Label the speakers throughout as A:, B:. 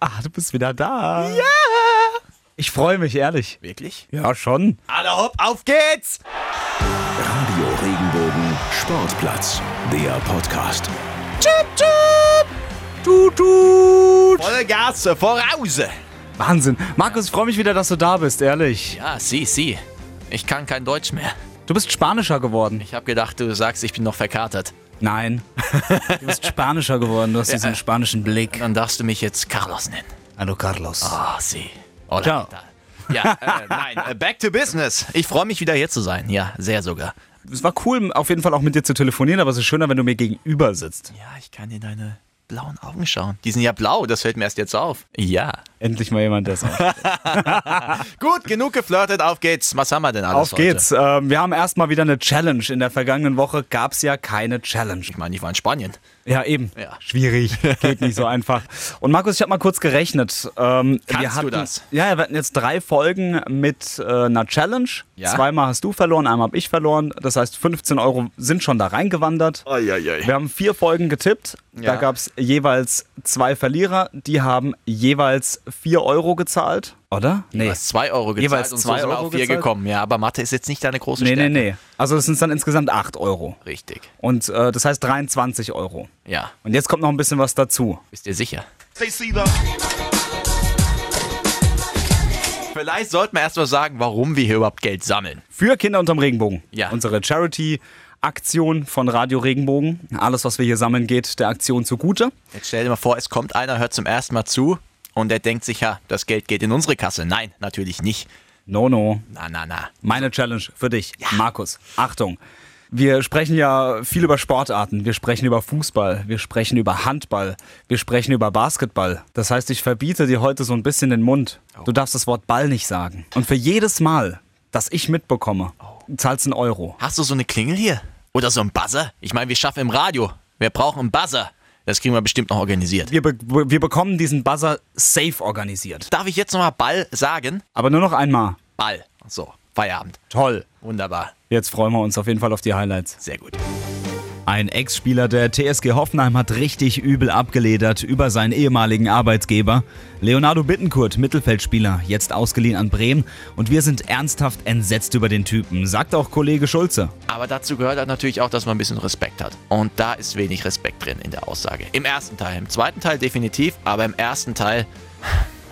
A: Ah, du bist wieder da.
B: Ja!
A: Ich freue mich, ehrlich.
B: Wirklich?
A: Ja, schon.
B: Alle hopp, auf geht's!
C: Radio Regenbogen Sportplatz, der Podcast.
A: Chip, chip. Tut, tut.
B: Volle Gas voraus!
A: Wahnsinn. Markus, ich freue mich wieder, dass du da bist, ehrlich.
D: Ja, sie, sie. Ich kann kein Deutsch mehr.
A: Du bist spanischer geworden.
D: Ich habe gedacht, du sagst, ich bin noch verkatert.
A: Nein. Du bist spanischer geworden. Du hast diesen spanischen Blick.
D: Dann darfst du mich jetzt Carlos nennen.
A: Hallo, Carlos.
D: Ah, sie. Hola,
A: Ciao.
D: ¿qué tal? Ja, äh, nein, äh, back to business. Ich freue mich wieder hier zu sein. Ja, sehr sogar.
A: Es war cool, auf jeden Fall auch mit dir zu telefonieren, aber es ist schöner, wenn du mir gegenüber sitzt.
D: Ja, ich kann in deine blauen Augen schauen. Die sind ja blau, das fällt mir erst jetzt auf. Ja.
A: Endlich mal jemand, der es auch.
D: Gut, genug geflirtet, auf geht's. Was haben wir denn
A: Auf
D: alles heute?
A: geht's. Ähm, wir haben erstmal wieder eine Challenge. In der vergangenen Woche gab es ja keine Challenge.
D: Ich meine, ich war in Spanien.
A: Ja, eben.
D: Ja.
A: Schwierig. Geht nicht so einfach. Und Markus, ich habe mal kurz gerechnet. Ähm,
D: Kannst
A: wir
D: du
A: hatten,
D: das?
A: Ja, wir hatten jetzt drei Folgen mit äh, einer Challenge.
D: Ja.
A: Zweimal hast du verloren, einmal habe ich verloren. Das heißt, 15 Euro sind schon da reingewandert. Wir haben vier Folgen getippt. Da
D: Ja.
A: gab es jeweils zwei Verlierer. Die haben jeweils 4 Euro gezahlt. Oder?
D: Du hast 2 Euro gezahlt
A: Jeweils
D: und
A: zwei
D: so sind wir
A: Euro
D: auf vier
A: gezahlt?
D: gekommen. Ja, aber Mathe ist jetzt nicht deine große
A: Nee, nee,
D: Stärke.
A: nee. Also es sind dann insgesamt 8 Euro.
D: Richtig.
A: Und äh, das heißt 23 Euro.
D: Ja,
A: Und jetzt kommt noch ein bisschen was dazu.
D: bist dir sicher?
B: Say see the
D: Vielleicht sollten wir erst mal sagen, warum wir hier überhaupt Geld sammeln.
A: für Kinder unterm Regenbogen.
D: Ja.
A: Unsere Charity-Aktion von Radio Regenbogen. Alles, was wir hier sammeln, geht der Aktion zugute.
D: Jetzt stell dir mal vor, es kommt einer, hört zum ersten Mal zu und der denkt sich, ja, das Geld geht in unsere Kasse. Nein, natürlich nicht.
A: No, no.
D: Na, na, na.
A: Meine Challenge für dich, Markus. Achtung. Wir sprechen ja viel über Sportarten. Wir sprechen über Fußball. Wir sprechen über Handball. Wir sprechen über Basketball. Das heißt, ich verbiete dir heute so ein bisschen den Mund. Du darfst das Wort Ball nicht sagen. Und für jedes Mal, das ich mitbekomme, zahlst einen Euro.
D: Hast du so eine Klingel hier? Oder so einen Buzzer? Ich meine, wir schaffen im Radio. Wir brauchen einen Buzzer. Das kriegen wir bestimmt noch organisiert.
A: Wir, be wir bekommen diesen Buzzer safe organisiert.
D: Darf ich jetzt nochmal Ball sagen?
A: Aber nur noch einmal.
D: Ball. So, Feierabend.
A: Toll.
D: Wunderbar.
A: Jetzt freuen wir uns auf jeden Fall auf die Highlights.
D: Sehr gut.
E: Ein Ex-Spieler der TSG Hoffenheim hat richtig übel abgeledert über seinen ehemaligen Arbeitgeber. Leonardo Bittenkurt, Mittelfeldspieler, jetzt ausgeliehen an Bremen. Und wir sind ernsthaft entsetzt über den Typen, sagt auch Kollege Schulze.
D: Aber dazu gehört halt natürlich auch, dass man ein bisschen Respekt hat. Und da ist wenig Respekt drin in der Aussage. Im ersten Teil. Im zweiten Teil definitiv, aber im ersten Teil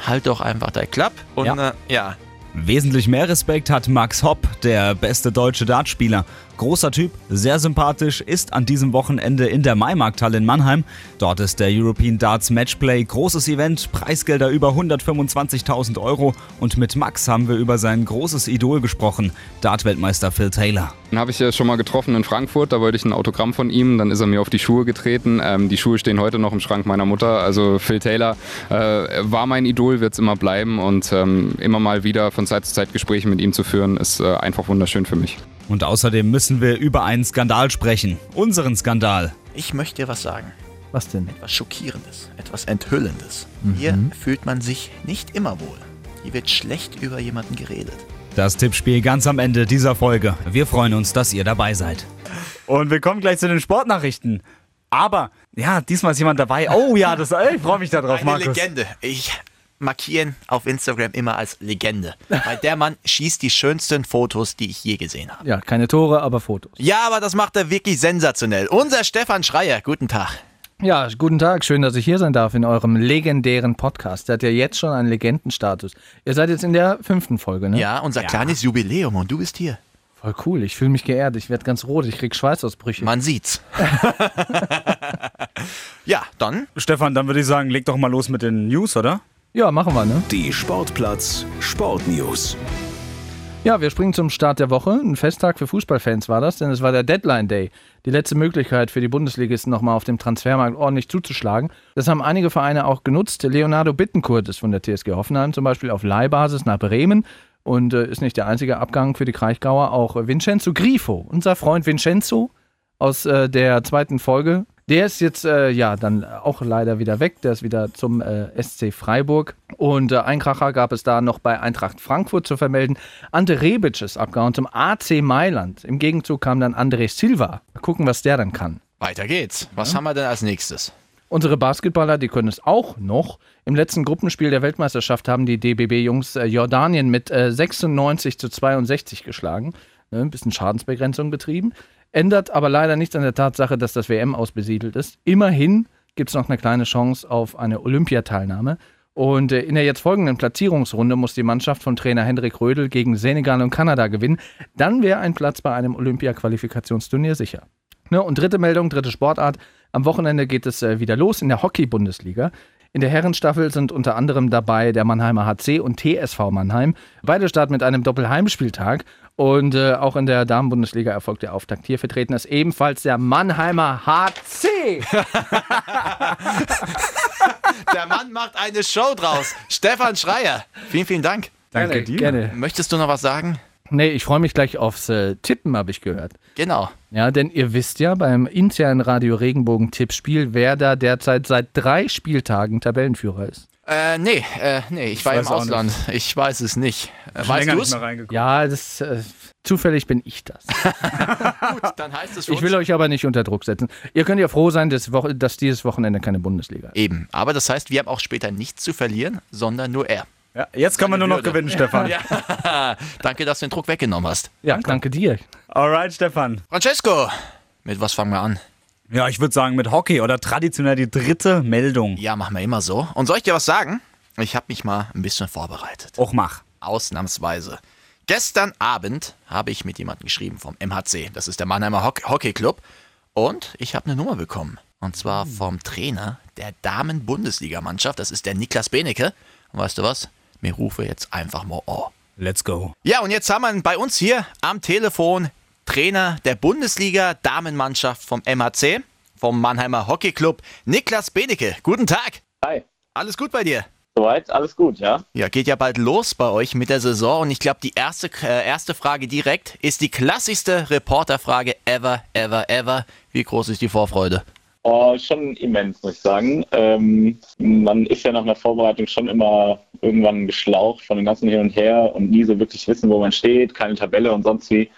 D: halt doch einfach dein Klapp. Und
A: Ja.
D: ja. Äh, ja.
E: Wesentlich mehr Respekt hat Max Hopp, der beste deutsche Dartspieler. Großer Typ, sehr sympathisch, ist an diesem Wochenende in der Maimarkthalle in Mannheim. Dort ist der European Darts Matchplay, großes Event, Preisgelder über 125.000 Euro. Und mit Max haben wir über sein großes Idol gesprochen, Dart-Weltmeister Phil Taylor.
F: Dann habe ich ja schon mal getroffen in Frankfurt, da wollte ich ein Autogramm von ihm, dann ist er mir auf die Schuhe getreten. Ähm, die Schuhe stehen heute noch im Schrank meiner Mutter. Also Phil Taylor äh, war mein Idol, wird es immer bleiben und ähm, immer mal wieder von Zeit zu Zeit Gespräche mit ihm zu führen, ist äh, einfach wunderschön für mich.
E: Und außerdem müssen wir über einen Skandal sprechen. Unseren Skandal.
D: Ich möchte dir was sagen.
G: Was denn? Mhm.
D: Etwas Schockierendes, etwas Enthüllendes. Hier fühlt man sich nicht immer wohl. Hier wird schlecht über jemanden geredet.
E: Das Tippspiel ganz am Ende dieser Folge. Wir freuen uns, dass ihr dabei seid.
A: Und wir kommen gleich zu den Sportnachrichten. Aber, ja, diesmal ist jemand dabei. Oh ja, das, ey, ich freue mich darauf,
D: Eine
A: Markus.
D: Legende. Ich markiere ihn auf Instagram immer als Legende. Weil der Mann schießt die schönsten Fotos, die ich je gesehen habe.
G: Ja, keine Tore, aber Fotos.
D: Ja, aber das macht er wirklich sensationell. Unser Stefan Schreier, guten Tag.
G: Ja, guten Tag. Schön, dass ich hier sein darf in eurem legendären Podcast. Der hat ja jetzt schon einen Legendenstatus. Ihr seid jetzt in der fünften Folge, ne?
D: Ja, unser kleines Jubiläum und du bist hier.
G: Voll cool. Ich fühle mich geehrt. Ich werde ganz rot. Ich krieg Schweißausbrüche.
D: Man sieht's. ja, dann
A: Stefan, dann würde ich sagen, leg doch mal los mit den News, oder?
G: Ja, machen wir, ne?
C: Die Sportplatz Sportnews.
G: Ja, wir springen zum Start der Woche. Ein Festtag für Fußballfans war das, denn es war der Deadline Day. Die letzte Möglichkeit für die Bundesligisten nochmal auf dem Transfermarkt ordentlich zuzuschlagen. Das haben einige Vereine auch genutzt. Leonardo Bittencourt ist von der TSG Hoffenheim zum Beispiel auf Leihbasis nach Bremen und äh, ist nicht der einzige Abgang für die Kraichgauer. Auch äh, Vincenzo Grifo, unser Freund Vincenzo aus äh, der zweiten Folge. Der ist jetzt äh, ja dann auch leider wieder weg. Der ist wieder zum äh, SC Freiburg. Und äh, ein Kracher gab es da noch bei Eintracht Frankfurt zu vermelden. Ante Rebic ist abgehauen zum AC Mailand. Im Gegenzug kam dann André Silva. Mal gucken, was der dann kann.
D: Hm? weiter geht's. Was haben wir denn als nächstes?
G: Unsere Basketballer, die können es auch noch. Im letzten Gruppenspiel der Weltmeisterschaft haben die DBB-Jungs äh, Jordanien mit äh, 96 zu 62 geschlagen. Ne, ein bisschen Schadensbegrenzung betrieben. Ändert aber leider nichts an der Tatsache, dass das WM ausbesiedelt ist. Immerhin gibt es noch eine kleine Chance auf eine Olympiateilnahme. Und äh, in der jetzt folgenden Platzierungsrunde muss die Mannschaft von Trainer Hendrik Rödel gegen Senegal und Kanada gewinnen. Dann wäre ein Platz bei einem Olympia-Qualifikationsturnier sicher. Ne? Und dritte Meldung, dritte Sportart. Am Wochenende geht es äh, wieder los in der Hockey-Bundesliga. In der Herrenstaffel sind unter anderem dabei der Mannheimer HC und TSV Mannheim. Beide starten mit einem Doppelheimspieltag. Und äh, auch in der Damen-Bundesliga erfolgt der Auftakt. Hier vertreten ist ebenfalls der Mannheimer HC.
D: Der Mann macht eine Show draus. Stefan Schreier, vielen, vielen Dank.
A: Danke dir.
G: Gerne.
D: Möchtest du noch was sagen?
G: Nee, ich freue mich gleich aufs äh, Tippen, habe ich gehört.
D: Genau.
G: Ja, denn ihr wisst ja, beim internen Radio Regenbogen-Tippspiel, wer da derzeit seit drei Spieltagen Tabellenführer ist.
D: Äh, nee, äh, nee, ich, war
A: weiß
D: im
A: auch
D: Ausland. Ich weiß es nicht. Äh,
A: Schon
D: weißt
A: länger
D: du
A: nicht
D: es?
A: mehr reingeguckt.
G: Ja, das äh, zufällig bin ich das.
D: Gut, dann heißt es für
G: Ich will euch aber nicht unter Druck setzen. Ihr könnt ja froh sein, dass, Wo dass dieses Wochenende keine Bundesliga ist.
D: Eben. Aber das heißt, wir haben auch später nichts zu verlieren, sondern nur er.
A: Ja, jetzt kann man nur
D: Meine
A: noch
D: Würde.
A: gewinnen, Stefan.
D: Danke, dass du den Druck weggenommen hast.
G: Ja, danke dir.
A: Alright, Stefan.
D: Francesco, mit was fangen wir an?
A: Ja, ich würde sagen mit Hockey oder traditionell die dritte Meldung.
D: Ja, machen wir immer so. Und soll ich dir was sagen? Ich habe mich mal ein bisschen vorbereitet.
A: Auch mach.
D: Ausnahmsweise. Gestern Abend habe ich mit jemandem geschrieben vom MHC. Das ist der Mannheimer Hock Hockey Club. Und ich habe eine Nummer bekommen. Und zwar vom Trainer der Damen-Bundesliga-Mannschaft. Das ist der Niklas Benecke. Und weißt du was? Mir rufe jetzt einfach mal an.
A: Let's go.
D: Ja, und jetzt haben wir bei uns hier am Telefon Trainer der Bundesliga Damenmannschaft vom MHC, vom Mannheimer Hockey Club, Niklas Benecke. Guten Tag.
H: Hi.
D: Alles gut bei dir?
H: Soweit, alles gut, ja?
D: Ja, geht ja bald los bei euch mit der Saison und ich glaube, die erste, äh, erste Frage direkt ist die klassischste Reporterfrage ever, ever, ever. Wie groß ist die Vorfreude?
H: Oh, schon immens, muss ich sagen. Ähm, man ist ja nach einer Vorbereitung schon immer irgendwann geschlaucht von dem ganzen Hin und Her und nie so wirklich wissen, wo man steht, keine Tabelle und sonst wie.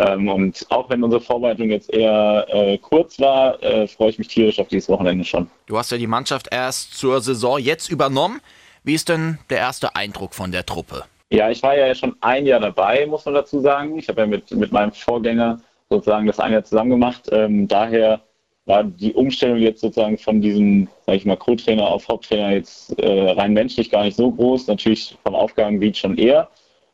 H: Ähm, und auch wenn unsere Vorbereitung jetzt eher äh, kurz war, äh, freue ich mich tierisch auf dieses Wochenende schon.
D: Du hast ja die Mannschaft erst zur Saison jetzt übernommen. Wie ist denn der erste Eindruck von der Truppe?
H: Ja, ich war ja schon ein Jahr dabei, muss man dazu sagen. Ich habe ja mit, mit meinem Vorgänger sozusagen das ein Jahr zusammen gemacht. Ähm, daher war die Umstellung jetzt sozusagen von diesem, sag ich mal, Co-Trainer auf Haupttrainer jetzt äh, rein menschlich gar nicht so groß. Natürlich vom Aufgabengebiet schon eher.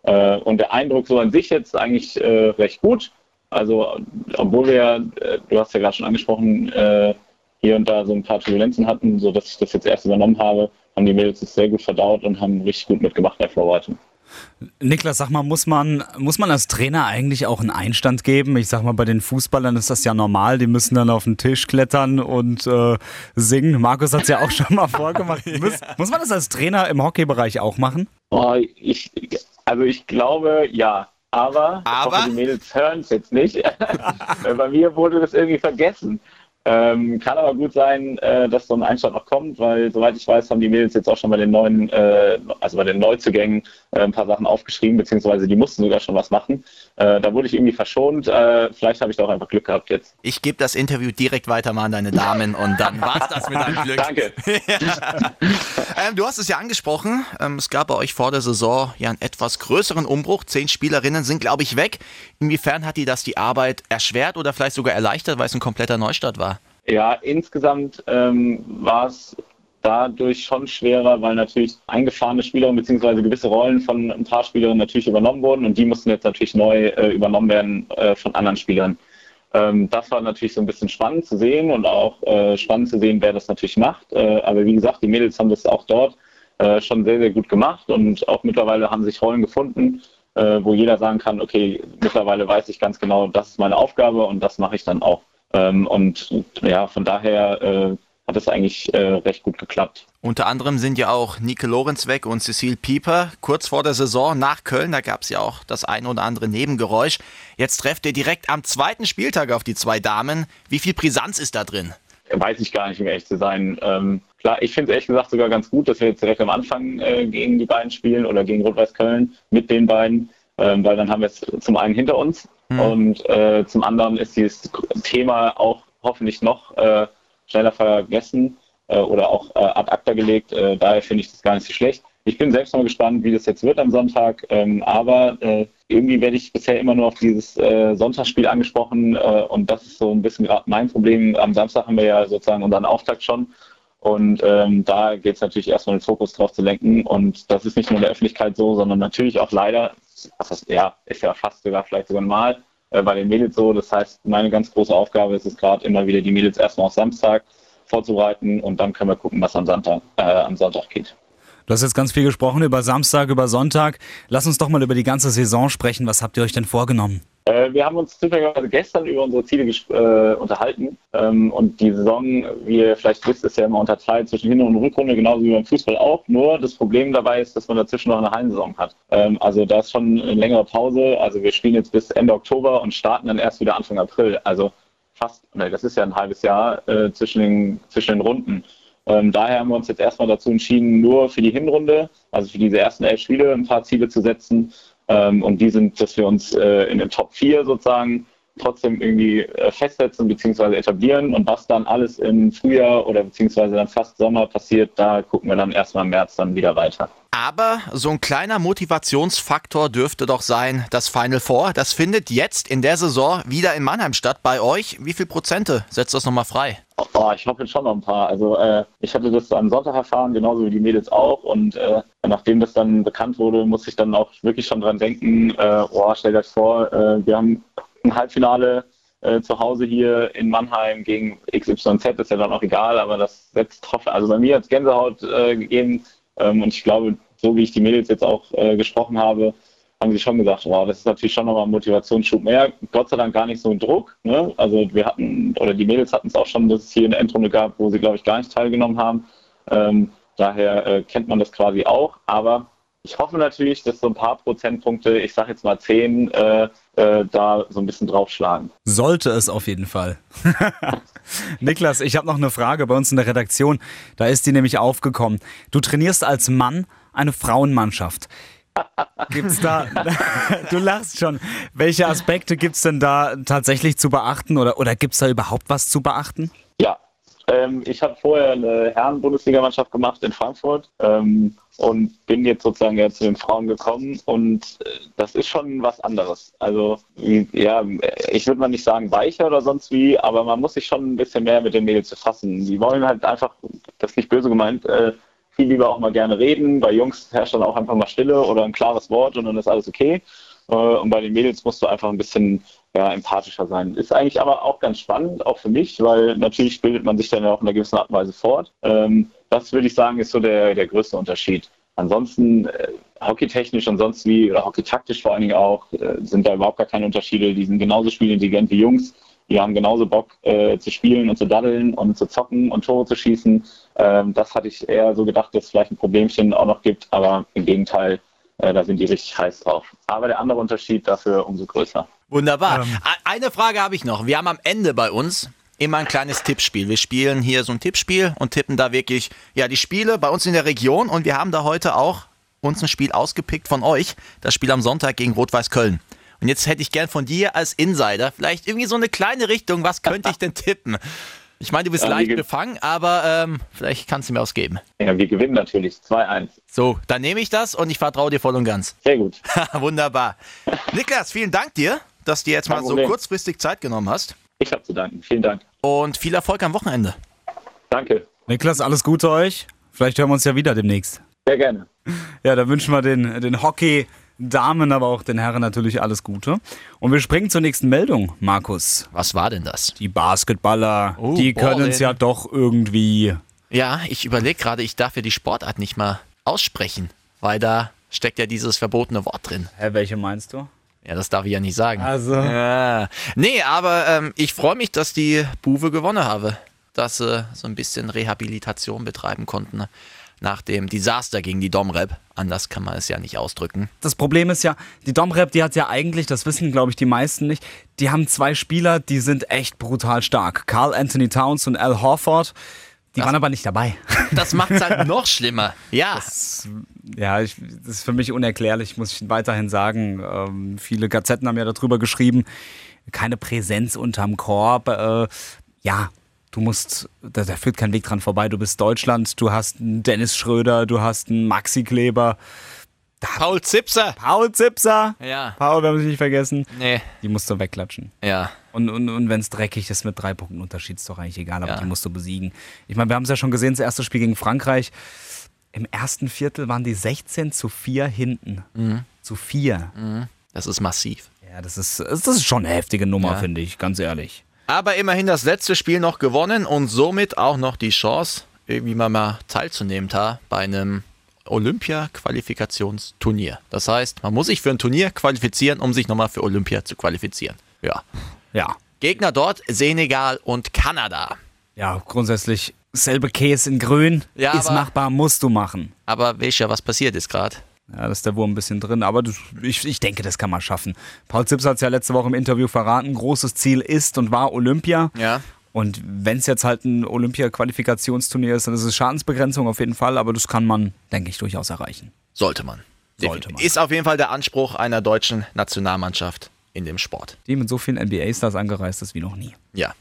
H: Äh, und der Eindruck so an sich jetzt eigentlich äh, recht gut. Also, obwohl wir ja, äh, du hast ja gerade schon angesprochen, äh, hier und da so ein paar Turbulenzen hatten, sodass ich das jetzt erst übernommen habe, haben die Mädels das sehr gut verdaut und haben richtig gut mitgemacht in der Vorbereitung.
A: Niklas, sag mal, muss man, muss man als Trainer eigentlich auch einen Einstand geben? Ich sag mal, bei den Fußballern ist das ja normal, die müssen dann auf den Tisch klettern und äh, singen. Markus hat es ja auch schon mal vorgemacht. Muss, muss man das als Trainer im Hockeybereich auch machen?
H: Oh, ich, also ich glaube, ja. Aber, ich
D: Aber?
H: hoffe, die Mädels hören es jetzt nicht. Weil Bei mir wurde das irgendwie vergessen. Ähm, kann aber gut sein, äh, dass so ein Einstand noch kommt, weil soweit ich weiß, haben die Mädels jetzt auch schon bei den neuen, äh, also bei den Neuzugängen äh, ein paar Sachen aufgeschrieben, beziehungsweise die mussten sogar schon was machen. Äh, da wurde ich irgendwie verschont. Äh, vielleicht habe ich da auch einfach Glück gehabt jetzt.
D: Ich gebe das Interview direkt weiter mal an deine Damen und dann war's das mit deinem Glück.
H: Danke.
D: Ähm, du hast es ja angesprochen. Ähm, es gab bei euch vor der Saison ja einen etwas größeren Umbruch. Zehn Spielerinnen sind, glaube ich, weg. Inwiefern hat dir das die Arbeit erschwert oder vielleicht sogar erleichtert, weil es ein kompletter Neustart war?
H: Ja, insgesamt ähm, war es dadurch schon schwerer, weil natürlich eingefahrene Spielerinnen beziehungsweise gewisse Rollen von ein paar Spielerinnen natürlich übernommen wurden und die mussten jetzt natürlich neu äh, übernommen werden äh, von anderen Spielern. Ähm, das war natürlich so ein bisschen spannend zu sehen und auch äh, spannend zu sehen, wer das natürlich macht. Äh, aber wie gesagt, die Mädels haben das auch dort äh, schon sehr, sehr gut gemacht und auch mittlerweile haben sich Rollen gefunden, äh, wo jeder sagen kann, okay, mittlerweile weiß ich ganz genau, das ist meine Aufgabe und das mache ich dann auch. Ähm, und ja, von daher äh, hat es eigentlich äh, recht gut geklappt.
D: Unter anderem sind ja auch Nike Lorenz weg und Cecile Pieper kurz vor der Saison nach Köln. Da gab es ja auch das ein oder andere Nebengeräusch. Jetzt trefft ihr direkt am zweiten Spieltag auf die zwei Damen. Wie viel Brisanz ist da drin?
H: Weiß ich gar nicht, um ehrlich zu sein. Ähm, klar, ich finde es ehrlich gesagt sogar ganz gut, dass wir jetzt direkt am Anfang äh, gegen die beiden spielen oder gegen Rot-Weiß Köln mit den beiden, ähm, weil dann haben wir es zum einen hinter uns und äh, zum anderen ist dieses Thema auch hoffentlich noch äh, schneller vergessen. äh, oder auch äh, ad acta gelegt. Äh, daher finde ich das gar nicht so schlecht. Ich bin selbst mal gespannt, wie das jetzt wird am Sonntag. Ähm, aber äh, irgendwie werde ich bisher immer nur auf dieses äh, Sonntagsspiel angesprochen. Äh, und das ist so ein bisschen gerade mein Problem. Am Samstag haben wir ja sozusagen unseren Auftakt schon. Und ähm, da geht es natürlich erstmal den Fokus drauf zu lenken. Und das ist nicht nur in der Öffentlichkeit so, sondern natürlich auch leider, was heißt, ja, ist ja fast sogar vielleicht sogar normal, äh, bei den Mädels so. Das heißt, meine ganz große Aufgabe ist es gerade immer wieder, die Mädels erstmal auf Samstag vorzubereiten und dann können wir gucken, was am Sonntag, äh, am Sonntag geht.
A: Du hast jetzt ganz viel gesprochen über Samstag, über Sonntag. Lass uns doch mal über die ganze Saison sprechen. Was habt ihr euch denn vorgenommen?
H: Äh, wir haben uns zufälligerweise gestern über unsere Ziele ges- äh, unterhalten. Ähm, und die Saison, wie ihr vielleicht wisst, ist ja immer unterteilt zwischen Hin- und Rückrunde, genauso wie beim Fußball auch. Nur das Problem dabei ist, dass man dazwischen noch eine Hallensaison hat. Ähm, also da ist schon eine längere Pause. Also wir spielen jetzt bis Ende Oktober und starten dann erst wieder Anfang April. Also fast, ne, das ist ja ein halbes Jahr äh, zwischen, den, zwischen den Runden. Ähm, daher haben wir uns jetzt erstmal dazu entschieden, nur für die Hinrunde, also für diese ersten elf Spiele, ein paar Ziele zu setzen. Ähm, und die sind, dass wir uns äh, in den Top 4 sozusagen trotzdem irgendwie äh, festsetzen bzw. etablieren. Und was dann alles im Frühjahr oder beziehungsweise dann fast Sommer passiert, da gucken wir dann erstmal im März dann wieder weiter.
D: Aber so ein kleiner Motivationsfaktor dürfte doch sein, das Final Four. Das findet jetzt in der Saison wieder in Mannheim statt. Bei euch, wie viel Prozente setzt das nochmal frei?
H: Oh, ich hoffe schon noch ein paar. Also äh, ich hatte das am Sonntag erfahren, genauso wie die Mädels auch. Und äh, nachdem das dann bekannt wurde, musste ich dann auch wirklich schon dran denken, äh, oh, stellt euch vor, äh, wir haben ein Halbfinale äh, zu Hause hier in Mannheim gegen XYZ, ist ja dann auch egal, aber das setzt hoff- Also bei mir hat es Gänsehaut äh, gegeben ähm, und ich glaube, so wie ich die Mädels jetzt auch äh, gesprochen habe, haben sie schon gesagt, wow, das ist natürlich schon nochmal ein Motivationsschub mehr. Gott sei Dank gar nicht so ein Druck. Ne? Also wir hatten, oder die Mädels hatten es auch schon, dass es hier eine Endrunde gab, wo sie, glaube ich, gar nicht teilgenommen haben. Ähm, daher äh, kennt man das quasi auch. Aber ich hoffe natürlich, dass so ein paar Prozentpunkte, ich sage jetzt mal zehn, äh, äh, da so ein bisschen draufschlagen.
A: Sollte es auf jeden Fall. Niklas, ich habe noch eine Frage bei uns in der Redaktion. Da ist die nämlich aufgekommen. Du trainierst als Mann eine Frauenmannschaft. Gibt's da, du lachst schon. Welche Aspekte gibt es denn da tatsächlich zu beachten oder, oder gibt es da überhaupt was zu beachten?
H: Ja, ähm, ich habe vorher eine Herren-Bundesligamannschaft gemacht in Frankfurt ähm, und bin jetzt sozusagen ja zu den Frauen gekommen und äh, das ist schon was anderes. Also wie- ja, ich würde mal nicht sagen weicher oder sonst wie, aber man muss sich schon ein bisschen mehr mit den Mädels befassen. Die wollen halt einfach, das ist nicht böse gemeint, äh, viel lieber auch mal gerne reden. Bei Jungs herrscht dann auch einfach mal Stille oder ein klares Wort und dann ist alles okay. Äh, Und bei den Mädels musst du einfach ein bisschen ja, empathischer sein. Ist eigentlich aber auch ganz spannend, auch für mich, weil natürlich bildet man sich dann ja auch in einer gewissen Art und Weise fort. Ähm, das würde ich sagen, ist so der, der größte Unterschied. Ansonsten, äh, hockeytechnisch und sonst wie, oder hockeytaktisch vor allen Dingen auch, äh, sind da überhaupt gar keine Unterschiede. Die sind genauso spielintelligent wie Jungs. Die haben genauso Bock äh, zu spielen und zu daddeln und zu zocken und Tore zu schießen. Ähm, das hatte ich eher so gedacht, dass es vielleicht ein Problemchen auch noch gibt, aber im Gegenteil, äh, da sind die richtig heiß drauf. Aber der andere Unterschied dafür umso größer.
D: Wunderbar. A- Eine Frage habe ich noch. Wir haben am Ende bei uns immer ein kleines Tippspiel. Wir spielen hier so ein Tippspiel und tippen da wirklich ja die Spiele bei uns in der Region und wir haben da heute auch uns ein Spiel ausgepickt von euch, das Spiel am Sonntag gegen Rot-Weiß Köln. Und jetzt hätte ich gern von dir als Insider vielleicht irgendwie so eine kleine Richtung, was könnte ich denn tippen? Ich meine, du bist
H: Ja,
D: leicht
H: wir-
D: befangen, aber ähm, vielleicht kannst du mir was geben.
H: Ja, wir gewinnen natürlich 2-1.
D: So, dann nehme ich das und ich vertraue dir voll und ganz.
H: Sehr gut.
D: Wunderbar. Niklas, vielen Dank dir, dass du dir jetzt mal
H: Kein
D: so
H: Problem.
D: kurzfristig Zeit genommen hast.
H: Ich habe zu danken. Vielen Dank.
D: Und viel Erfolg am Wochenende.
H: Danke.
A: Niklas, alles Gute euch. Vielleicht hören wir uns ja wieder demnächst.
H: Sehr gerne.
A: Ja, da wünschen wir den, den Hockey-Damen, aber auch den Herren natürlich alles Gute. Und wir springen zur nächsten Meldung, Markus.
D: Was war denn das?
A: Die Basketballer,
D: Oh,
A: die können
D: Ballin.
A: es ja doch irgendwie.
D: Ja, ich überlege gerade, ich darf ja die Sportart nicht mal aussprechen, weil da steckt ja dieses verbotene Wort drin.
A: Hä, welche meinst du?
D: Ja, das darf ich ja nicht sagen.
A: Also.
D: Ja. Nee, aber ähm, ich freue mich, dass die Buwe gewonnen habe. Dass sie so ein bisschen Rehabilitation betreiben konnten ne? nach dem Desaster gegen die Domrep. Anders kann man es ja nicht ausdrücken.
A: Das Problem ist ja, die Domrep, die hat ja eigentlich, das wissen glaube ich die meisten nicht, die haben zwei Spieler, die sind echt brutal stark. Carl Anthony Towns und Al Horford. Die waren aber nicht dabei.
D: Das macht es halt noch schlimmer. Ja.
A: Ja, ich, das ist für mich unerklärlich, muss ich weiterhin sagen. Ähm, viele Gazetten haben ja darüber geschrieben, keine Präsenz unterm Korb. Äh, ja, Du musst, da, da führt kein Weg dran vorbei. Du bist Deutschland, du hast einen Dennis Schröder, du hast einen Maxi Kleber,
D: Paul Zipser.
A: Paul Zipser.
D: Ja.
A: Paul, wir haben es nicht vergessen.
D: Nee.
A: Die musst du wegklatschen.
D: Ja.
A: Und, und, und wenn es dreckig ist mit drei Punkten Unterschied, ist doch eigentlich egal, aber
D: Ja.
A: die musst du besiegen. Ich meine, wir haben es ja schon gesehen, das erste Spiel gegen Frankreich. Im ersten Viertel waren die 16 zu 4 hinten.
D: Mhm.
A: Zu 4.
D: Das ist massiv.
A: Ja, das ist, das ist schon eine heftige Nummer,
D: Ja.
A: finde ich, ganz ehrlich.
D: Aber immerhin das letzte Spiel noch gewonnen und somit auch noch die Chance, irgendwie mal, mal teilzunehmen da bei einem Olympia-Qualifikationsturnier. Das heißt, man muss sich für ein Turnier qualifizieren, um sich nochmal für Olympia zu qualifizieren. Ja.
A: Ja.
D: Gegner dort Senegal und Kanada.
A: Ja, grundsätzlich selbe Käse in grün.
D: Ja,
A: ist
D: aber-
A: machbar, musst du machen.
D: Aber welcher, was passiert ist gerade?
A: Ja, da ist der Wurm ein bisschen drin, aber das, ich, ich denke, das kann man schaffen. Paul Zips hat es ja letzte Woche im Interview verraten, großes Ziel ist und war Olympia.
D: Ja.
A: Und wenn es jetzt halt ein Olympia-Qualifikationsturnier ist, dann ist es Schadensbegrenzung auf jeden Fall, aber das kann man, denke ich, durchaus erreichen.
D: Sollte man.
A: Sollte man.
D: Ist auf jeden Fall der Anspruch einer deutschen Nationalmannschaft in dem Sport.
A: Die mit so vielen NBA-Stars angereist ist wie noch nie.
D: Ja.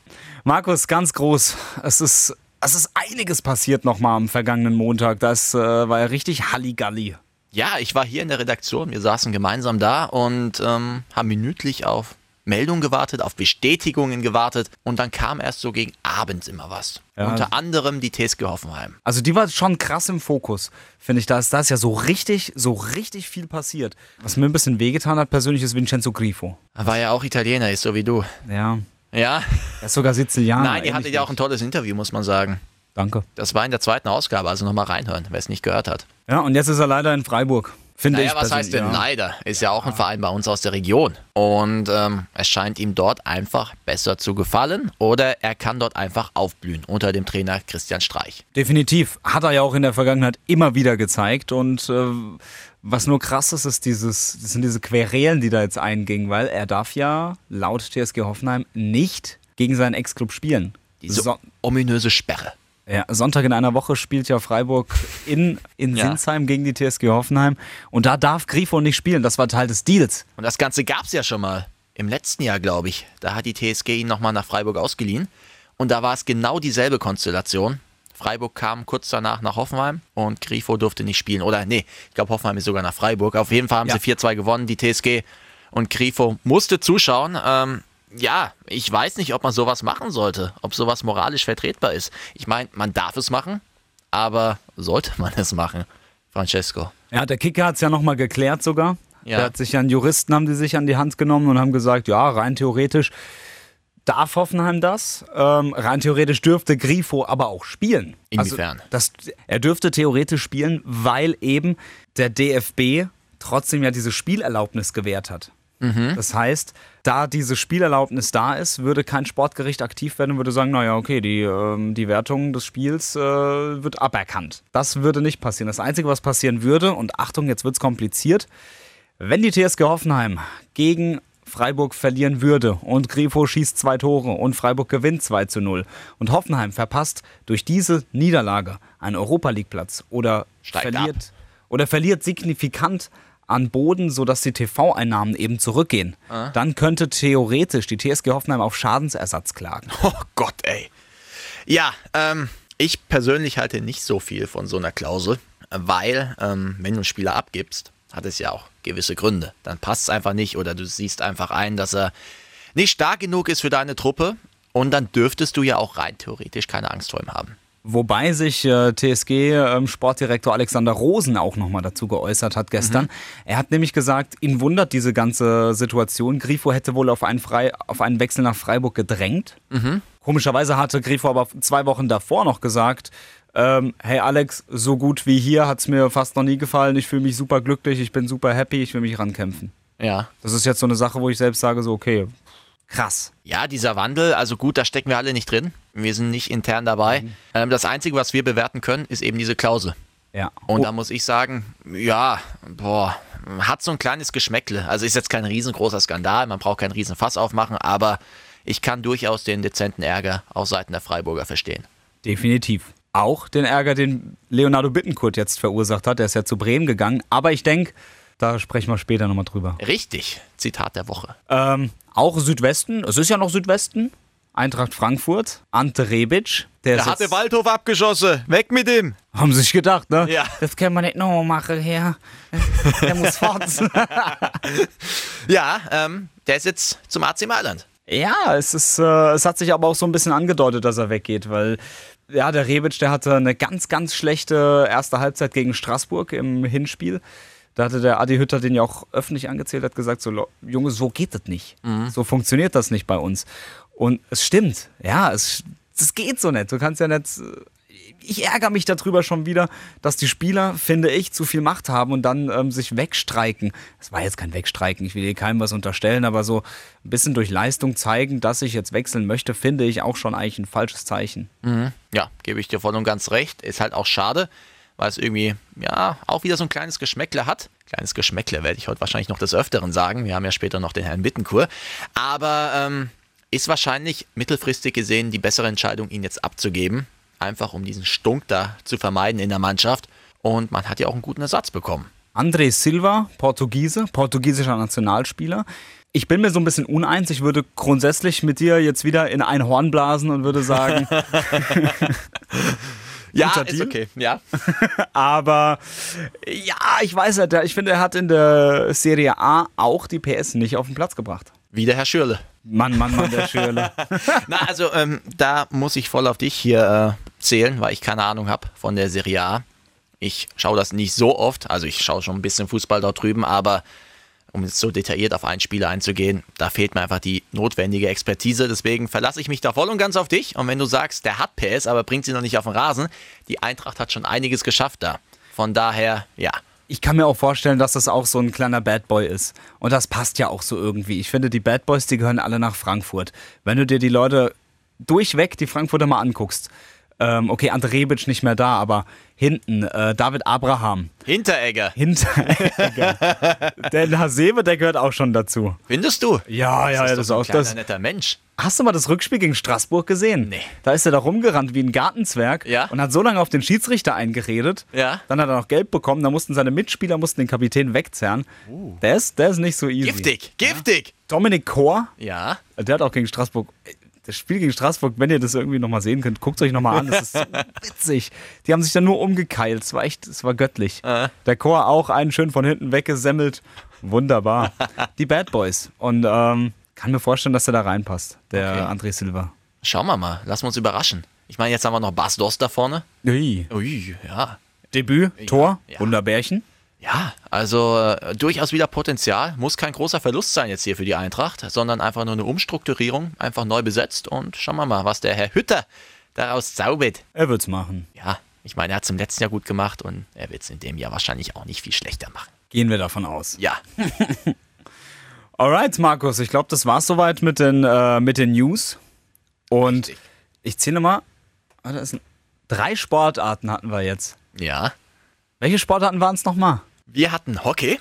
A: Markus, ganz groß. Es ist, es ist einiges passiert nochmal am vergangenen Montag. Das äh, war ja richtig Halligalli.
D: Ja, ich war hier in der Redaktion, wir saßen gemeinsam da und ähm, haben minütlich auf Meldungen gewartet, auf Bestätigungen gewartet und dann kam erst so gegen abends immer was. Unter anderem die TSG Hoffenheim.
A: Also die war schon krass im Fokus, finde ich. Da ist, da ist ja so richtig, so richtig viel passiert. Was mir ein bisschen wehgetan hat persönlich, ist Vincenzo Grifo.
D: War ja auch Italiener, ist so wie du.
A: Ja,
D: Ja?
A: er ist sogar Sizilianer.
D: Nein, ihr
A: Ah, ähnlich
D: hattet ja auch ein tolles Interview, muss man sagen.
A: wie- Danke.
D: Das war in der zweiten Ausgabe, also nochmal reinhören, wer es nicht gehört hat.
A: Ja, und jetzt ist er leider in Freiburg, finde
D: Naja,
A: ich
D: was heißt denn
A: persönlich. ja.
D: leider? Ist ja auch ein Verein bei uns aus der Region. Und ähm, es scheint ihm dort einfach besser zu gefallen oder er kann dort einfach aufblühen unter dem Trainer Christian Streich.
A: Definitiv. Hat er ja auch in der Vergangenheit immer wieder gezeigt. Und äh, was nur krass ist, ist dieses, das sind diese Querelen, die da jetzt eingingen, weil er darf ja laut TSG Hoffenheim nicht gegen seinen Ex-Club spielen.
D: Diese
A: So-
D: ominöse Sperre.
A: Ja, Sonntag in einer Woche spielt ja Freiburg in, in
D: Ja.
A: Sinsheim gegen die TSG Hoffenheim. Und da darf Grifo nicht spielen. Das war Teil des Deals.
D: Und das Ganze gab es ja schon mal im letzten Jahr, glaube ich. Da hat die TSG ihn nochmal nach Freiburg ausgeliehen. Und da war es genau dieselbe Konstellation. Freiburg kam kurz danach nach Hoffenheim und Grifo durfte nicht spielen. Oder nee, ich glaube, Hoffenheim ist sogar nach Freiburg. Auf jeden Fall haben
A: Ja.
D: sie 4-2 gewonnen, die TSG. Und Grifo musste zuschauen. Ähm, ja, ich weiß nicht, ob man sowas machen sollte, ob sowas moralisch vertretbar ist. Ich meine, man darf es machen, aber sollte man es machen, Francesco?
A: Ja, der Kicker hat es ja nochmal geklärt sogar.
D: Ja.
A: Der hat sich ja einen Juristen, haben die sich an die Hand genommen und haben gesagt, ja, rein theoretisch darf Hoffenheim das. Ähm, rein theoretisch dürfte Grifo aber auch spielen.
D: Inwiefern?
A: Also, das, er dürfte theoretisch spielen, weil eben der DFB trotzdem ja diese Spielerlaubnis gewährt hat. Das heißt, da diese Spielerlaubnis da ist, würde kein Sportgericht aktiv werden und würde sagen, naja, okay, die, ähm, die Wertung des Spiels äh, wird aberkannt. Das würde nicht passieren. Das Einzige, was passieren würde, und Achtung, jetzt wird es kompliziert, wenn die TSG Hoffenheim gegen Freiburg verlieren würde und Grifo schießt zwei Tore und Freiburg gewinnt 2 zu 0 und Hoffenheim verpasst durch diese Niederlage einen Europa League Platz oder
D: Steigt
A: verliert, oder verliert signifikant an Boden, sodass die TV-Einnahmen eben zurückgehen, dann könnte theoretisch die TSG Hoffenheim auf Schadensersatz klagen.
D: Oh Gott, ey. Ja, ähm, ich persönlich halte nicht so viel von so einer Klausel, weil ähm, wenn du einen Spieler abgibst, hat es ja auch gewisse Gründe. Dann passt es einfach nicht oder du siehst einfach ein, dass er nicht stark genug ist für deine Truppe und dann dürftest du ja auch rein theoretisch keine Angst vor ihm haben.
A: Wobei sich äh, TSG-Sportdirektor Alexander Rosen auch nochmal dazu geäußert hat gestern. Er hat nämlich gesagt, ihn wundert diese ganze Situation. Grifo hätte wohl auf einen, Frei auf einen Wechsel nach Freiburg gedrängt. Komischerweise hatte Grifo aber zwei Wochen davor noch gesagt, ähm, hey Alex, so gut wie hier hat es mir fast noch nie gefallen. Ich fühle mich super glücklich, ich bin super happy, ich will mich rankämpfen.
D: Ja.
A: Das ist jetzt so eine Sache, wo ich selbst sage, so okay, krass.
D: Ja, dieser Wandel, also gut, da stecken wir alle nicht drin. Wir sind nicht intern dabei. Ähm, das Einzige, was wir bewerten können, ist eben diese Klausel.
A: Ja.
D: Und da muss ich sagen, ja, boah, hat so ein kleines Geschmäckle. Also ist jetzt kein riesengroßer Skandal, man braucht keinen riesen Fass aufmachen, aber ich kann durchaus den dezenten Ärger auf Seiten der Freiburger verstehen.
A: Definitiv. Auch den Ärger, den Leonardo Bittencourt jetzt verursacht hat. Der ist ja zu Bremen gegangen. Aber ich denke, da sprechen wir später nochmal drüber.
D: Richtig, Zitat der Woche.
A: Ähm, auch Südwesten, es ist ja noch Südwesten. Eintracht Frankfurt, Ante Rebic. Der
D: Da
A: ist
D: hat der
A: jetzt-
D: Waldhof abgeschossen. Weg mit ihm.
A: Haben sie sich gedacht, ne?
D: Ja.
A: Das können wir nicht nochmal machen, ja. Der muss fort.
D: Ja, ähm, der ist jetzt zum AC Mailand.
A: ja, es, ist, äh, es hat sich aber auch so ein bisschen angedeutet, dass er weggeht, weil ja, der Rebic, der hatte eine ganz, ganz schlechte erste Halbzeit gegen Straßburg im Hinspiel. Da hatte der Adi Hütter den ja auch öffentlich angezählt, hat gesagt, so, "Lo- Junge, so geht das nicht. So funktioniert das nicht bei uns. Und es stimmt, ja, es, es geht so nicht. Du kannst ja nicht ich ärgere mich darüber schon wieder, dass die Spieler, finde ich, zu viel Macht haben und dann ähm, sich wegstreiken. Es war jetzt kein Wegstreiken, ich will hier keinem was unterstellen, aber so ein bisschen durch Leistung zeigen, dass ich jetzt wechseln möchte, finde ich auch schon eigentlich ein falsches Zeichen.
D: Ja, gebe ich dir voll und ganz recht. Ist halt auch schade, weil es irgendwie, ja, auch wieder so ein kleines Geschmäckle hat. Kleines Geschmäckle werde ich heute wahrscheinlich noch des Öfteren sagen. Wir haben ja später noch den Herrn Bittenkur. Aber ähm, ist wahrscheinlich mittelfristig gesehen die bessere Entscheidung, ihn jetzt abzugeben. Einfach um diesen Stunk da zu vermeiden in der Mannschaft. Und man hat ja auch einen guten Ersatz bekommen.
A: André Silva, Portugiese, portugiesischer Nationalspieler. Ich bin mir so ein bisschen uneins. Ich würde grundsätzlich mit dir jetzt wieder in ein Horn blasen und würde sagen,
D: Ja,
A: Guter
D: ist
A: Deal.
D: okay. Ja.
A: Aber ja, ich weiß nicht. Ich finde, er hat in der Serie A auch die PS nicht auf den Platz gebracht.
D: Wieder Herr Schürle.
A: Mann, Mann, Mann, der Schürle.
D: Na, also ähm, da muss ich voll auf dich hier äh, zählen, weil ich keine Ahnung habe von der Serie A. Ich schaue das nicht so oft, also ich schaue schon ein bisschen Fußball dort drüben, aber um jetzt so detailliert auf einen Spieler einzugehen, da fehlt mir einfach die notwendige Expertise. Deswegen verlasse ich mich da voll und ganz auf dich. Und wenn du sagst, der hat PS, aber bringt sie noch nicht auf den Rasen, die Eintracht hat schon einiges geschafft da. Von daher, ja.
A: Ich kann mir auch vorstellen, dass das auch so ein kleiner Bad Boy ist. Und das passt ja auch so irgendwie. Ich finde, die Bad Boys, die gehören alle nach Frankfurt. Wenn du dir die Leute durchweg, die Frankfurter mal anguckst, ähm, okay, Ante Rebic nicht mehr da, aber hinten, äh, David Abraham,
D: Hinteregger,
A: Hinteregger, der Hasebe, der gehört auch schon dazu.
D: findest du?
A: Ja, ja, ja,
D: das ist doch so ein kleiner, netter Mensch.
A: Hast du mal das Rückspiel gegen Straßburg gesehen?
D: Nee.
A: Da ist er da rumgerannt wie ein Gartenzwerg
D: Ja.
A: und hat so lange auf den Schiedsrichter eingeredet.
D: Ja.
A: Dann hat er noch Geld bekommen, da mussten seine Mitspieler mussten den Kapitän wegzerren. Der, ist, der ist nicht so easy.
D: Oh. Giftig, giftig.
A: Dominik Kor,
D: Ja.
A: der hat auch gegen Straßburg. Das Spiel gegen Straßburg, wenn ihr das irgendwie nochmal sehen könnt, guckt es euch nochmal an. Das ist so witzig. Die haben sich da nur umgekeilt. Es war echt, es war göttlich. Der Chor auch einen schön von hinten weggesemmelt. Wunderbar. Die Bad Boys. Und ähm, kann mir vorstellen, dass der da reinpasst, der André Silva.
D: Schauen wir mal, lassen wir uns überraschen. Ich meine, jetzt haben wir noch Bas Dost da vorne.
A: Ui.
D: Ui, ja.
A: Debüt, Tor,
D: ja.
A: Wunderbärchen.
D: Ja, also äh, durchaus wieder Potenzial. Muss kein großer Verlust sein jetzt hier für die Eintracht, sondern einfach nur eine Umstrukturierung, einfach neu besetzt und schauen wir mal, was der Herr Hütter daraus zaubert.
A: Er wird's machen.
D: Ja, ich meine, er hat es im letzten Jahr gut gemacht und er wird es in dem Jahr wahrscheinlich auch nicht viel schlechter machen.
A: Gehen wir davon aus.
D: Ja,
A: Alright, Markus, ich glaube, das war's soweit mit den, äh, mit den News. Und
D: Richtig.
A: ich zähle mal. Ah, da ist ein, drei Sportarten hatten wir jetzt.
D: ja.
A: Welche Sportarten waren es nochmal?
D: Wir hatten Hockey.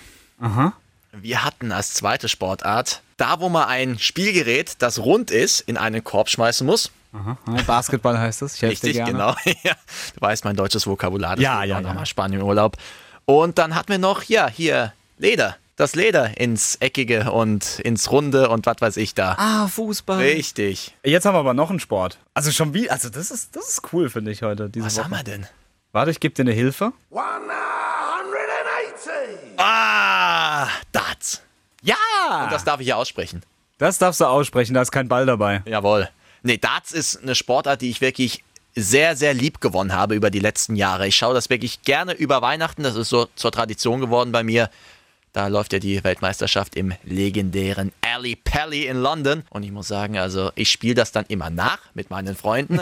D: Wir hatten als zweite Sportart, da wo man ein Spielgerät, das rund ist, in einen Korb schmeißen muss.
A: Ah, Basketball heißt es. Ich helfe dir
D: Richtig,
A: gerne.
D: genau. ja. Du weißt, mein deutsches Vokabular. das
A: Ja,
D: ist
A: ja,
D: auch
A: ja.
D: Nochmal Spanien im Urlaub. Und dann hatten wir noch, ja, hier Leder. Das Leder ins Eckige und ins Runde und was weiß ich da.
A: Ah, Fußball.
D: Richtig.
A: Jetzt haben wir aber noch einen Sport. Also schon wie, also das ist, das ist cool, finde ich heute. Diese
D: Was
A: Woche.
D: haben wir denn?
A: Warte, ich gebe dir eine Hilfe.
D: Ah, Darts.
A: Ja!
D: Das
A: das,
D: darf ich ja aussprechen.
A: darfst du aussprechen, da ist kein Ball dabei.
D: Jawohl. Nee, Darts ist eine Sportart, die ich wirklich sehr, sehr lieb gewonnen habe über die letzten Jahre. Ich schaue das wirklich gerne über Weihnachten. Das ist so zur Tradition geworden bei mir. Da läuft ja die Weltmeisterschaft im legendären Alley Pally in London. Und ich muss sagen, also ich spiele das dann immer nach mit meinen Freunden.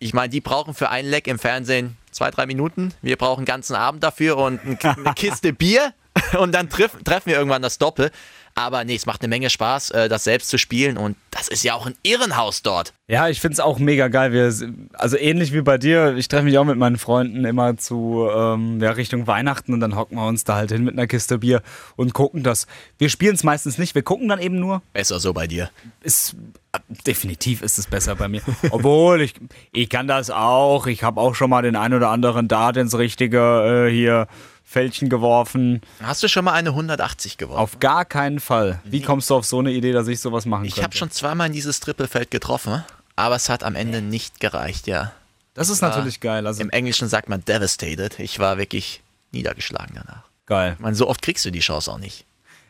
D: Ich meine, die brauchen für ein Leck im Fernsehen zwei, drei Minuten. Wir brauchen einen ganzen Abend dafür und ein- eine Kiste Bier. Und dann treff, treffen wir irgendwann das Doppel. Aber nee, es macht eine Menge Spaß, äh, das selbst zu spielen. Und das ist ja auch ein Irrenhaus dort.
A: Ja, ich finde es auch mega geil. Wir, also ähnlich wie bei dir, ich treffe mich auch mit meinen Freunden immer zu ähm, ja, Richtung Weihnachten und dann hocken wir uns da halt hin mit einer Kiste Bier und gucken das. Wir spielen es meistens nicht, wir gucken dann eben nur.
D: Besser so bei dir.
A: Ist, äh, definitiv ist es besser bei mir. Obwohl, ich, ich kann das auch. Ich habe auch schon mal den einen oder anderen Dart ins richtige äh, hier Fältchen geworfen.
D: Hast du schon mal eine 180 gewonnen?
A: Auf gar keinen Fall. Wie kommst du auf so eine Idee, dass ich sowas machen
D: ich
A: könnte?
D: habe schon zweimal in dieses Trippelfeld getroffen, aber es hat am Ende nicht gereicht, ja.
A: das ist natürlich geil. Also
D: Im Englischen sagt man devastated. Ich war wirklich niedergeschlagen danach.
A: geil.
D: Ich meine, so oft kriegst du die Chance auch nicht.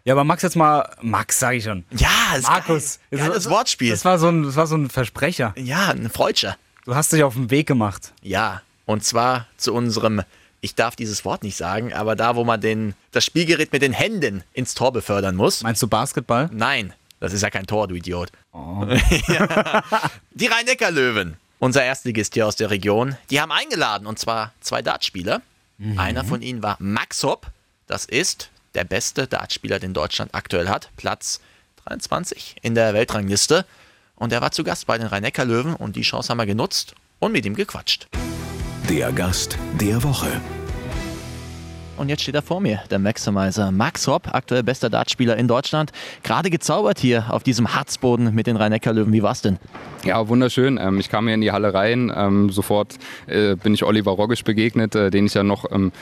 A: Ja, aber Max jetzt mal, Max sage ich schon.
D: Ja, ist
A: Markus,
D: geil. geiles
A: das-
D: Wortspiel.
A: Das war, so ein, das war so ein Versprecher.
D: ja, ein Freudscher.
A: Du hast dich auf den Weg gemacht.
D: Ja, und zwar zu unserem, ich darf dieses Wort nicht sagen, aber da, wo man den, das Spielgerät mit den Händen ins Tor befördern muss.
A: Meinst du Basketball?
D: Nein, das ist ja kein Tor, du Idiot. ja. Die Rhein-Neckar-Löwen, unser Erstligist hier aus der Region, die haben eingeladen und zwar zwei Dartspieler. Einer von ihnen war Max Hopp, das ist der beste Dartspieler, den Deutschland aktuell hat, Platz 23 in der Weltrangliste. Und er war zu Gast bei den Rhein-Neckar-Löwen und die Chance haben wir genutzt und mit ihm gequatscht.
C: Der Gast der Woche.
D: Und jetzt steht er vor mir, der Maximizer. Max Hopp, aktuell bester Dartspieler in Deutschland. Gerade gezaubert hier auf diesem Harzboden mit den Rhein-Neckar-Löwen. Wie war's denn?
F: Ja, wunderschön. Ähm, ich kam hier in die Halle rein. Ähm, sofort äh, bin ich Oliver Roggisch begegnet, äh, den ich ja noch im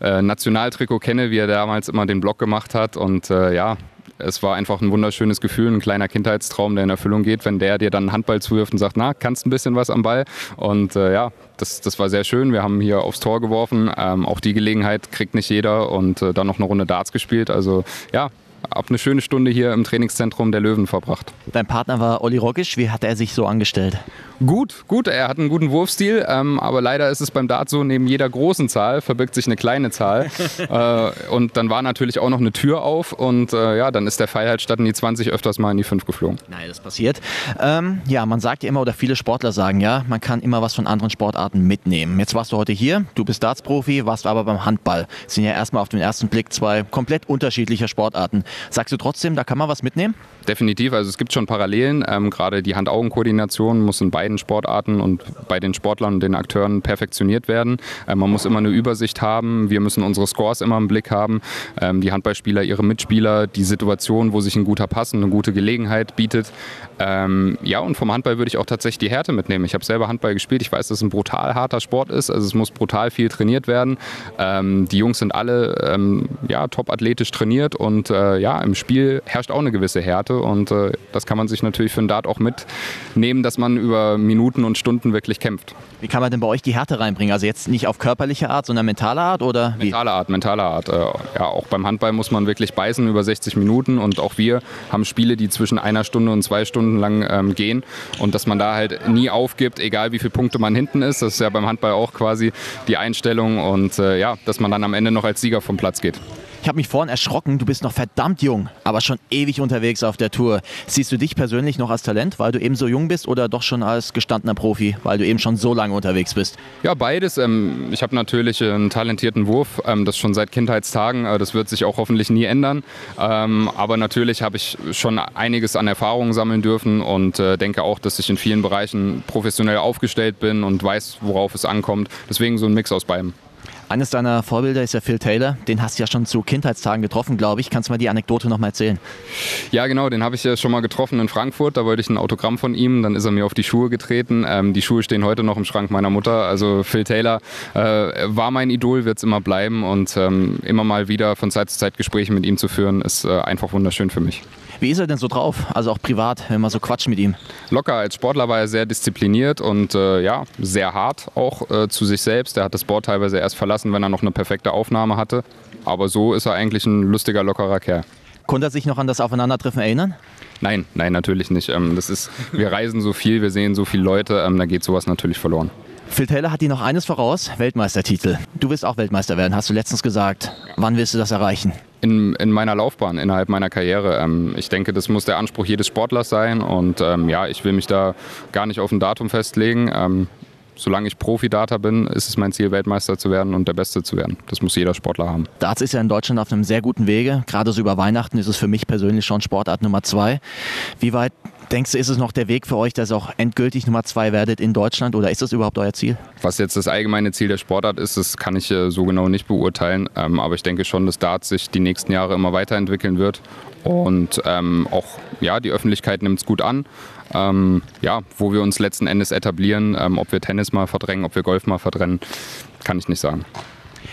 F: äh, Nationaltrikot kenne, wie er damals immer den Blog gemacht hat. Und äh, ja, es war einfach ein wunderschönes Gefühl, ein kleiner Kindheitstraum, der in Erfüllung geht, wenn der dir dann einen Handball zuwirft und sagt, na, kannst ein bisschen was am Ball. Und äh, ja, das, das war sehr schön. Wir haben hier aufs Tor geworfen. Ähm, auch die Gelegenheit kriegt nicht jeder und äh, dann noch eine Runde Darts gespielt. Also ja, hab eine schöne Stunde hier im Trainingszentrum der Löwen verbracht.
D: Dein Partner war Olli Roggisch. Wie hat er sich so angestellt?
F: Gut, gut, er hat einen guten Wurfstil, ähm, aber leider ist es beim Dart so, neben jeder großen Zahl verbirgt sich eine kleine Zahl. äh, und dann war natürlich auch noch eine Tür auf und äh, ja, dann ist der Pfeil halt statt in die 20 öfters mal in die 5 geflogen.
D: Nein, das passiert. Ähm, ja, man sagt ja immer, oder viele Sportler sagen ja, man kann immer was von anderen Sportarten mitnehmen. Jetzt warst du heute hier, du bist Darts-Profi, warst aber beim Handball. Das sind ja erstmal auf den ersten Blick zwei komplett unterschiedliche Sportarten. Sagst du trotzdem, da kann man was mitnehmen?
F: Definitiv, also es gibt schon Parallelen. Ähm, gerade die Hand-Augen-Koordination muss in beiden Sportarten und bei den Sportlern und den Akteuren perfektioniert werden. Ähm, man muss immer eine Übersicht haben. Wir müssen unsere Scores immer im Blick haben. Ähm, die Handballspieler, ihre Mitspieler, die Situation, wo sich ein guter Pass und eine gute Gelegenheit bietet. Ähm, ja, und vom Handball würde ich auch tatsächlich die Härte mitnehmen. Ich habe selber Handball gespielt. Ich weiß, dass es ein brutal harter Sport ist. Also es muss brutal viel trainiert werden. Ähm, die Jungs sind alle ähm, ja, top athletisch trainiert und äh, ja, im Spiel herrscht auch eine gewisse Härte. Und äh, das kann man sich natürlich für den Dart auch mitnehmen, dass man über Minuten und Stunden wirklich kämpft.
D: Wie kann man denn bei euch die Härte reinbringen? Also jetzt nicht auf körperliche Art, sondern mentale Art oder wie?
F: Mentale Art, mentale Art. Äh, ja, auch beim Handball muss man wirklich beißen über 60 Minuten und auch wir haben Spiele, die zwischen einer Stunde und zwei Stunden lang ähm, gehen und dass man da halt nie aufgibt, egal wie viele Punkte man hinten ist. Das ist ja beim Handball auch quasi die Einstellung und äh, ja, dass man dann am Ende noch als Sieger vom Platz geht.
D: Ich habe mich vorhin erschrocken, du bist noch verdammt jung, aber schon ewig unterwegs auf der Tour. Siehst du dich persönlich noch als Talent, weil du eben so jung bist oder doch schon als gestandener Profi, weil du eben schon so lange unterwegs bist?
F: Ja, beides. Ähm, ich habe natürlich einen talentierten Wurf, ähm, das schon seit Kindheitstagen. Äh, das wird sich auch hoffentlich nie ändern. Ähm, aber natürlich habe ich schon einiges an Erfahrungen sammeln dürfen und äh, denke auch, dass ich in vielen Bereichen professionell aufgestellt bin und weiß, worauf es ankommt. Deswegen so ein Mix aus beidem.
D: Eines deiner Vorbilder ist ja Phil Taylor, den hast du ja schon zu Kindheitstagen getroffen, glaube ich. Kannst du mal die Anekdote nochmal erzählen?
F: Ja, genau, den habe ich ja schon mal getroffen in Frankfurt. Da wollte ich ein Autogramm von ihm. Dann ist er mir auf die Schuhe getreten. Ähm, die Schuhe stehen heute noch im Schrank meiner Mutter. Also Phil Taylor äh, war mein Idol, wird es immer bleiben. Und ähm, immer mal wieder von Zeit zu Zeit Gespräche mit ihm zu führen, ist äh, einfach wunderschön für mich.
D: Wie ist er denn so drauf? Also auch privat, wenn man so quatscht mit ihm.
F: Locker als Sportler war er sehr diszipliniert und äh, ja, sehr hart auch äh, zu sich selbst. Er hat das Board teilweise erst verlassen, wenn er noch eine perfekte Aufnahme hatte. Aber so ist er eigentlich ein lustiger, lockerer Kerl.
D: Konnte er sich noch an das Aufeinandertreffen erinnern?
F: Nein, nein, natürlich nicht. Ähm, das ist, wir reisen so viel, wir sehen so viele Leute, ähm, da geht sowas natürlich verloren.
D: Phil Taylor hat dir noch eines voraus, Weltmeistertitel. Du willst auch Weltmeister werden, hast du letztens gesagt. Wann willst du das erreichen?
F: In, in meiner Laufbahn, innerhalb meiner Karriere, ähm, ich denke, das muss der Anspruch jedes Sportlers sein. Und ähm, ja, ich will mich da gar nicht auf ein Datum festlegen. Ähm, solange ich Profi-Data bin, ist es mein Ziel, Weltmeister zu werden und der Beste zu werden. Das muss jeder Sportler haben.
D: Darts ist ja in Deutschland auf einem sehr guten Wege. Gerade so über Weihnachten ist es für mich persönlich schon Sportart Nummer zwei. Wie weit denkst du, ist es noch der Weg für euch, dass ihr auch endgültig Nummer zwei werdet in Deutschland oder ist das überhaupt euer Ziel?
F: Was jetzt das allgemeine Ziel der Sportart ist, das kann ich äh, so genau nicht beurteilen. Ähm, aber ich denke schon, dass Darts sich die nächsten Jahre immer weiterentwickeln wird. Und ähm, auch ja, die Öffentlichkeit nimmt es gut an. Ähm, ja, wo wir uns letzten Endes etablieren, ähm, ob wir Tennis mal verdrängen, ob wir Golf mal verdrängen, kann ich nicht sagen.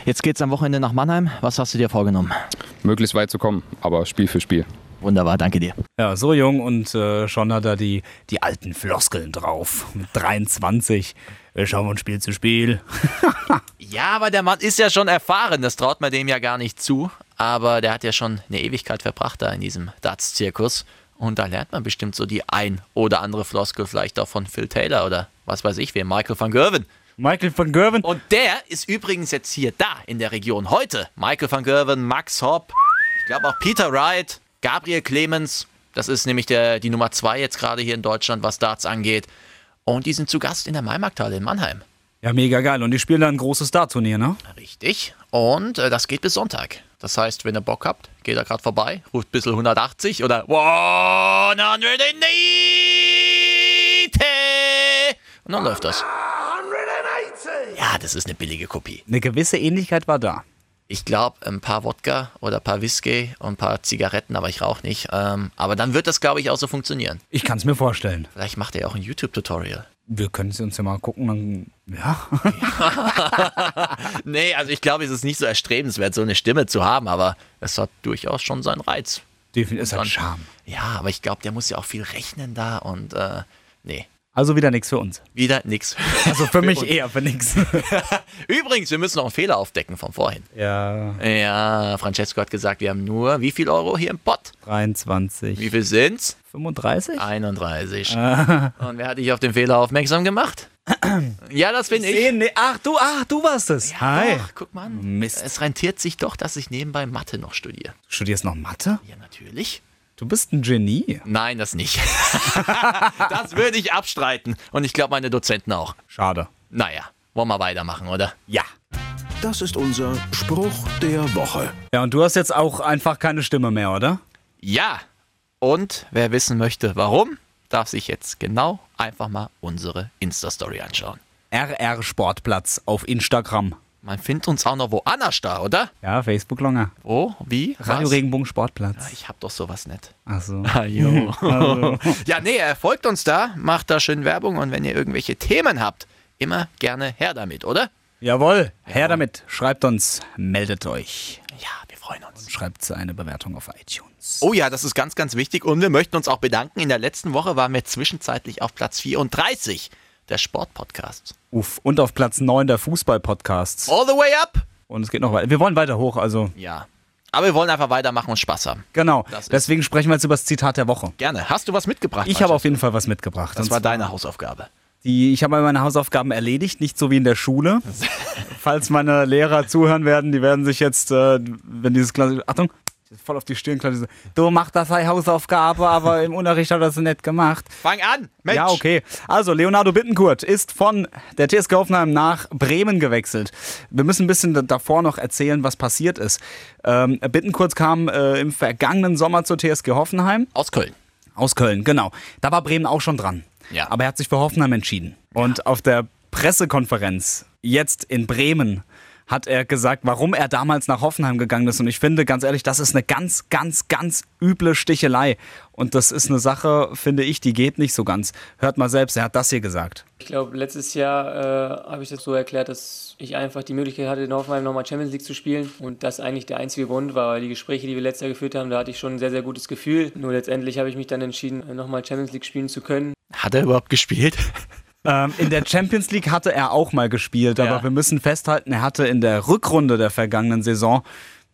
D: Jetzt geht's am Wochenende nach Mannheim. Was hast du dir vorgenommen?
F: Möglichst weit zu kommen, aber Spiel für Spiel.
D: Wunderbar, danke dir.
A: Ja, so jung und äh, schon hat er die, die alten Floskeln drauf. Mit 23. Wir schauen von Spiel zu Spiel.
D: Ja, aber der Mann ist ja schon erfahren, das traut man dem ja gar nicht zu. Aber der hat ja schon eine Ewigkeit verbracht da in diesem Darts-Zirkus. Und da lernt man bestimmt so die ein oder andere Floskel vielleicht auch von Phil Taylor oder was weiß ich, wem, Michael van Gerwen.
A: Michael van Gerwen.
D: Und der ist übrigens jetzt hier da in der Region heute. Michael van Gerwen, Max Hopp, ich glaube auch Peter Wright, Gabriel Clemens. Das ist nämlich der, die Nummer zwei jetzt gerade hier in Deutschland, was Darts angeht. Und die sind zu Gast in der Maimarkthalle in Mannheim.
A: Ja, mega geil. Und die spielen da ein großes Dart-Turnier, ne?
D: Richtig. Und äh, das geht bis Sonntag. Das heißt, wenn ihr Bock habt, geht da gerade vorbei, ruft ein bisschen 180 oder 180 und dann läuft das. Ja, das ist eine billige Kopie.
A: Eine gewisse Ähnlichkeit war da.
D: Ich glaube, ein paar Wodka oder ein paar Whisky und ein paar Zigaretten, aber ich rauche nicht. Ähm, aber dann wird das, glaube ich, auch so funktionieren.
A: Ich kann es mir vorstellen.
D: Vielleicht macht er ja auch ein YouTube-Tutorial.
A: Wir können es uns ja mal gucken. Dann, ja.
D: Nee, also ich glaube, es ist nicht so erstrebenswert, so eine Stimme zu haben, aber es hat durchaus schon seinen Reiz.
A: Definitiv. Ist
D: Dann-
A: ein halt Charme.
D: Ja, aber ich glaube, der muss ja auch viel rechnen da und äh, nee,
A: Also wieder nichts für uns.
D: wieder nix.
A: Also für mich eher für nichts.
D: Übrigens, wir müssen noch einen Fehler aufdecken von vorhin.
A: Ja,
D: Ja, Francesco hat gesagt, wir haben nur wie viel Euro hier im Pott?
A: 23.
D: Wie viel sind's?
A: 35?
D: 31.
A: Ah.
D: und wer hat dich auf den Fehler aufmerksam gemacht? ja, das bin ich.
A: Nee, ach du, ach du warst es. Hi.
D: Doch, guck mal an.
A: Mist.
D: Es rentiert sich doch, dass ich nebenbei Mathe noch studiere.
A: Du studierst noch Mathe?
D: Ja, natürlich.
A: Du bist ein Genie.
D: Nein, das nicht. das würde ich abstreiten. Und ich glaube, meine Dozenten auch.
A: Schade.
D: Naja, wollen wir weitermachen, oder?
A: Ja.
C: Das ist unser Spruch der Woche.
A: Ja, und du hast jetzt auch einfach keine Stimme mehr, oder?
D: Ja. Und wer wissen möchte, warum, darf sich jetzt genau einfach mal unsere Insta-Story anschauen.
A: RR Sportplatz auf Instagram.
D: Man findet uns auch noch wo Anasch da, oder?
A: Ja, Facebook Longer.
D: Wo? Wie? Was?
A: Radio Regenbogen Sportplatz.
D: Ich hab doch sowas nicht.
A: Ach so. Also,
D: Ja, nee, er folgt uns da, macht da schön Werbung und wenn ihr irgendwelche Themen habt, immer gerne her damit, oder?
A: Jawohl, her damit. Schreibt uns, meldet euch.
D: Ja, wir freuen uns.
A: Schreibt eine Bewertung auf iTunes.
D: Oh ja, das ist ganz, ganz wichtig und wir möchten uns auch bedanken. In der letzten Woche waren wir zwischenzeitlich auf Platz 34 der Sportpodcasts.
A: Uff, und auf Platz 9 der Fußball-Podcasts.
D: All the way up!
A: Oh. Und es geht noch weiter. Wir wollen weiter hoch, also
D: Ja. Aber wir wollen einfach weitermachen und Spaß haben.
A: genau.
D: Das ist-
A: Deswegen sprechen wir jetzt über das Zitat der Woche.
D: Gerne. Hast du was mitgebracht?
A: Ich habe
D: Mannschaft?
A: auf jeden Fall was mitgebracht.
D: Das
A: Und
D: war
A: zwar
D: deine Hausaufgabe.
A: die, ich habe meine Hausaufgaben erledigt, nicht so wie in der Schule. Falls meine Lehrer zuhören werden, die werden sich jetzt, äh, wenn dieses klassische, Achtung, voll auf die Stirn klatsche, du mach das sei Hausaufgabe, aber im Unterricht hat er es nicht gemacht.
D: Fang an, Mensch!
A: Ja, okay. Also, Leonardo Bittenkurt ist von der TSG Hoffenheim nach Bremen gewechselt. Wir müssen ein bisschen d- davor noch erzählen, was passiert ist. Ähm, Bittenkurt kam äh, im vergangenen Sommer zur TSG Hoffenheim.
D: Aus Köln.
A: Aus Köln, genau. Da war Bremen auch schon dran.
D: Ja.
A: Aber er hat sich für Hoffenheim entschieden. Und auf der Pressekonferenz jetzt in Bremen hat er gesagt, warum er damals nach Hoffenheim gegangen ist. Und ich finde, ganz ehrlich, das ist eine ganz, ganz, ganz üble Stichelei. Und das ist eine Sache, finde ich, die geht nicht so ganz. Hört mal selbst, er hat das hier gesagt.
I: Ich glaube, letztes Jahr äh, habe ich das so erklärt, dass ich einfach die Möglichkeit hatte, in Hoffenheim nochmal Champions League zu spielen und das eigentlich der einzige Grund war, weil die Gespräche, die wir letztes Jahr geführt haben, da hatte ich schon ein sehr, sehr gutes Gefühl. Nur letztendlich habe ich mich dann entschieden, äh, nochmal Champions League spielen zu können.
D: Hat er überhaupt gespielt?
A: Ähm, in der Champions League hatte er auch mal gespielt, aber
D: Ja.
A: wir müssen festhalten, er hatte in der Rückrunde der vergangenen Saison,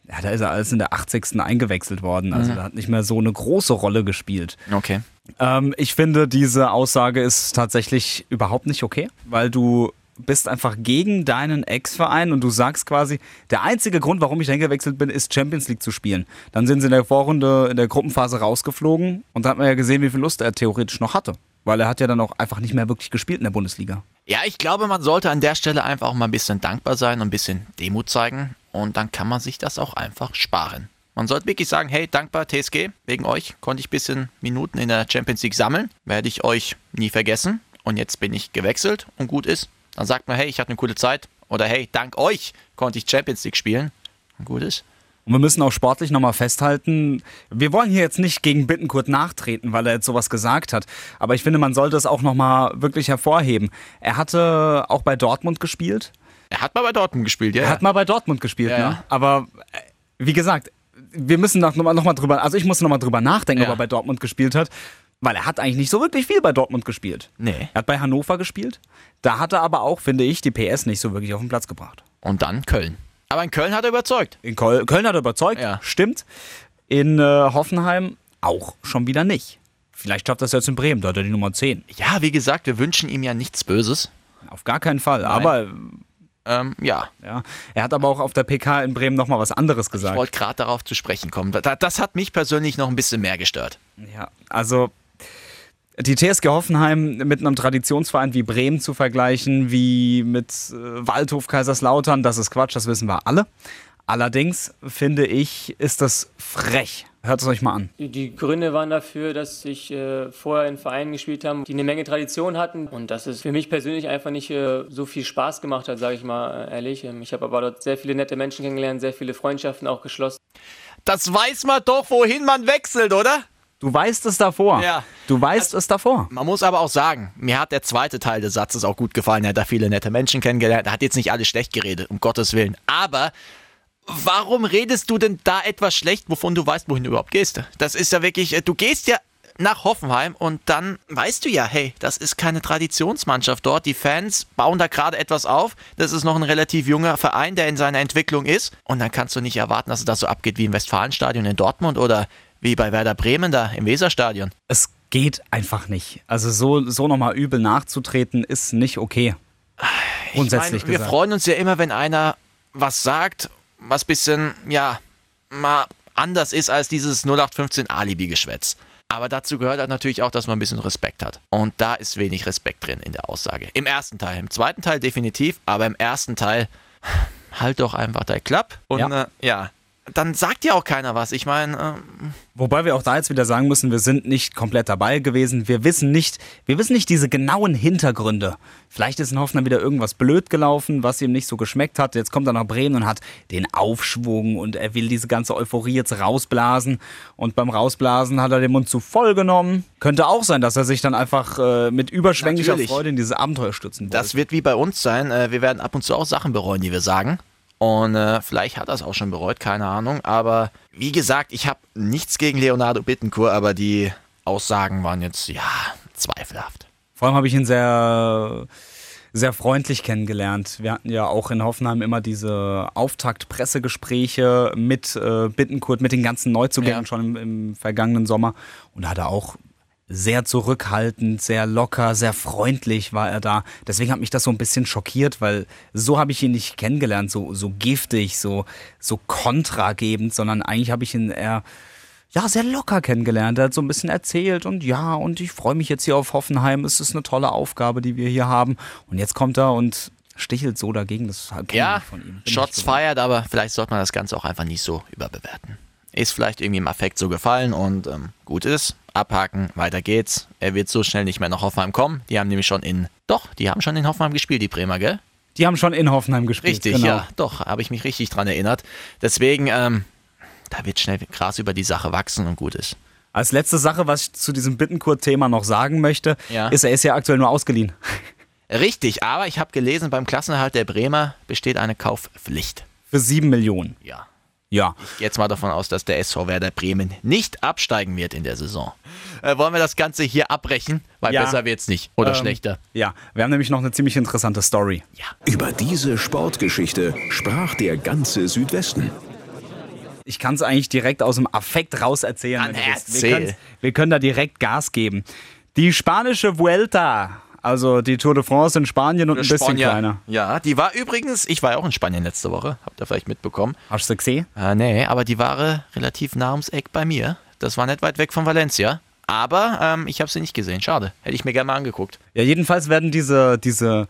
A: ja, da ist er alles in der 80. eingewechselt worden. Also da hat nicht mehr so eine große Rolle gespielt.
D: Okay.
A: Ähm, ich finde, diese Aussage ist tatsächlich überhaupt nicht okay, weil du bist einfach gegen deinen Ex-Verein und du sagst quasi, der einzige Grund, warum ich dahin gewechselt bin, ist Champions League zu spielen. Dann sind sie in der Vorrunde, in der Gruppenphase rausgeflogen und da hat man ja gesehen, wie viel Lust er theoretisch noch hatte. Weil er hat ja dann auch einfach nicht mehr wirklich gespielt in der Bundesliga.
D: Ja, ich glaube, man sollte an der Stelle einfach auch mal ein bisschen dankbar sein und ein bisschen Demut zeigen. Und dann kann man sich das auch einfach sparen. Man sollte wirklich sagen, hey, dankbar TSG, wegen euch konnte ich ein bisschen Minuten in der Champions League sammeln. Werde ich euch nie vergessen. Und jetzt bin ich gewechselt und gut ist. Dann sagt man, hey, ich hatte eine coole Zeit. Oder hey, dank euch konnte ich Champions League spielen. Und gut ist.
A: Und wir müssen auch sportlich nochmal festhalten, wir wollen hier jetzt nicht gegen Bittenkurt nachtreten, weil er jetzt sowas gesagt hat. Aber ich finde, man sollte es auch nochmal wirklich hervorheben. Er hatte auch bei Dortmund gespielt.
D: Er hat mal bei Dortmund gespielt, ja.
A: Er hat mal bei Dortmund gespielt,
D: Ja, ja.
A: ne? Aber äh, wie gesagt, wir müssen noch, noch mal- noch mal drüber, also ich muss noch mal drüber nachdenken, ob
D: Ja.
A: er bei Dortmund gespielt hat, weil er hat eigentlich nicht so wirklich viel bei Dortmund gespielt.
D: Nee.
A: Er hat bei Hannover gespielt, da hat er aber auch, finde ich, die PS nicht so wirklich auf den Platz gebracht.
D: Und dann Köln. Aber in Köln hat er überzeugt.
A: In Köln, Köln hat er überzeugt,
D: Ja.
A: stimmt. In äh, Hoffenheim auch schon wieder nicht. Vielleicht schafft das jetzt in Bremen, da hat er die Nummer 10.
D: Ja, wie gesagt, wir wünschen ihm ja nichts Böses.
A: Auf gar keinen Fall. Aber
D: Ähm, ja,
A: ja, er hat aber auch auf der PK in Bremen nochmal was anderes
D: ich
A: gesagt.
D: wollte gerade darauf zu sprechen kommen. Da- Das hat mich persönlich noch ein bisschen mehr gestört.
A: Ja, also die TSG Hoffenheim mit einem Traditionsverein wie Bremen zu vergleichen, wie mit äh, Waldhof Kaiserslautern, das ist Quatsch, das wissen wir alle. Allerdings finde ich, ist das frech. Hört es euch mal an.
I: Die Gründe waren dafür, dass ich äh, vorher in Vereinen gespielt habe, die eine Menge Tradition hatten und dass es für mich persönlich einfach nicht äh, so viel Spaß gemacht hat, sage ich mal äh, ehrlich. Ähm, ich habe aber dort sehr viele nette Menschen kennengelernt, sehr viele Freundschaften auch geschlossen.
D: Das weiß man doch, wohin man wechselt, oder?
A: Du weißt es davor.
D: Ja. Also
A: Du weißt es davor.
D: Man muss aber auch sagen, mir hat der zweite Teil des Satzes auch gut gefallen. Er hat da viele nette Menschen kennengelernt. Er hat jetzt nicht alles schlecht geredet, um Gottes Willen. Aber warum redest du denn da etwas schlecht, wovon du weißt, wohin du überhaupt gehst? Das ist ja wirklich, äh, du gehst ja nach Hoffenheim und dann weißt du ja, hey, das ist keine Traditionsmannschaft dort. Die Fans bauen da gerade etwas auf. Das ist noch ein relativ junger Verein, der in seiner Entwicklung ist. Und dann kannst du nicht erwarten, dass es da so abgeht wie im Westfalenstadion in Dortmund oder wie bei Werder Bremen da im Weserstadion.
A: Es geht einfach nicht. Also so, so nochmal übel nachzutreten, ist nicht okay. Grundsätzlich
D: Ich meine, wir
A: gesagt.
D: freuen uns ja immer, wenn einer was sagt, was bisschen, ja, mal anders ist als dieses 0815 Alibi-Geschwätz. Aber dazu gehört halt natürlich auch, dass man ein bisschen Respekt hat. Und da ist wenig Respekt drin in der Aussage. Im ersten Teil. Im zweiten Teil definitiv, aber im ersten Teil halt doch einfach dein Klapp. Und ja.
A: Ja.
D: Äh, ja. Dann sagt ja auch keiner was. Ich meine, ähm,
A: Wobei wir auch da jetzt wieder sagen müssen, wir sind nicht komplett dabei gewesen. Wir wissen nicht, wir wissen nicht diese genauen Hintergründe. Vielleicht ist in Hoffenheim wieder irgendwas blöd gelaufen, was ihm nicht so geschmeckt hat. Jetzt kommt er nach Bremen und hat den Aufschwung und er will diese ganze Euphorie jetzt rausblasen. Und beim Rausblasen hat er den Mund zu voll genommen. Könnte auch sein, dass er sich dann einfach äh, mit überschwänglicher
D: Natürlich.
A: Freude in dieses Abenteuer stürzen wollte.
D: das wird wie bei uns sein. Äh, wir werden ab und zu auch Sachen bereuen, die wir sagen. Und äh, vielleicht hat er es auch schon bereut, keine Ahnung. Aber wie gesagt, ich habe nichts gegen Leonardo Bittencourt, aber die Aussagen waren jetzt, ja, zweifelhaft.
A: Vor allem habe ich ihn sehr, sehr freundlich kennengelernt. Wir hatten ja auch in Hoffenheim immer diese Auftakt-Pressegespräche mit äh, Bittenkurt, mit den ganzen Neuzugängen
D: Ja.
A: schon im, im vergangenen Sommer. Und da hat er auch sehr zurückhaltend, sehr locker, sehr freundlich war er da. Deswegen hat mich das so ein bisschen schockiert, weil so habe ich ihn nicht kennengelernt, so, so giftig, so, so kontragebend, sondern eigentlich habe ich ihn eher ja, sehr locker kennengelernt. Er hat so ein bisschen erzählt und ja, und ich freue mich jetzt hier auf Hoffenheim. Es ist eine tolle Aufgabe, die wir hier haben. Und jetzt kommt er und stichelt so dagegen. Das kenne
D: Ja,
A: ich von ihm. Bin ich
D: Shots
A: gewohnt.
D: fired, aber vielleicht sollte man das Ganze auch einfach nicht so überbewerten. Ist vielleicht irgendwie im Affekt so gefallen und ähm, gut ist. Abhaken, weiter geht's. Er wird so schnell nicht mehr nach Hoffenheim kommen. Die haben nämlich schon in. Doch, die haben schon in Hoffenheim gespielt, die Bremer, gell?
A: Die haben schon in Hoffenheim gespielt.
D: Richtig,
A: genau.
D: ja, doch, habe ich mich richtig dran erinnert. Deswegen, ähm, da wird schnell Gras über die Sache wachsen und gut ist.
A: Als letzte Sache, was ich zu diesem Bittenkurt-Thema noch sagen möchte,
D: Ja.
A: ist, er ist ja aktuell nur ausgeliehen.
D: Richtig, aber ich habe gelesen, beim Klassenerhalt der Bremer besteht eine Kaufpflicht.
A: Für sieben Millionen.
D: Ja.
A: Ja.
D: Jetzt mal davon aus, dass der SV Werder Bremen nicht absteigen wird in der Saison. Äh, wollen wir das Ganze hier abbrechen? Weil
A: Ja. Ähm,
D: besser wird's nicht. Oder schlechter.
A: Ja. Wir haben nämlich noch eine ziemlich interessante Story.
C: Über diese Sportgeschichte sprach der ganze Südwesten.
A: ich kann es eigentlich direkt aus dem Affekt raus erzählen. wenn
D: Dann
A: du willst.
D: erzähl.
A: Wir, können's- wir können da direkt Gas geben. Die spanische Vuelta, also die Tour de France in Spanien und ein bisschen
D: Spanier.
A: kleiner.
D: Ja, die war übrigens, ich war ja auch in Spanien letzte Woche, habt ihr vielleicht mitbekommen.
A: Hast du gesehen?
D: Äh, nee, aber die war äh, relativ nah ums Eck bei mir. Das war nicht weit weg von Valencia. Aber ähm, ich habe sie nicht gesehen. Schade. Hätte ich mir gerne mal angeguckt.
A: Ja, jedenfalls werden diese, diese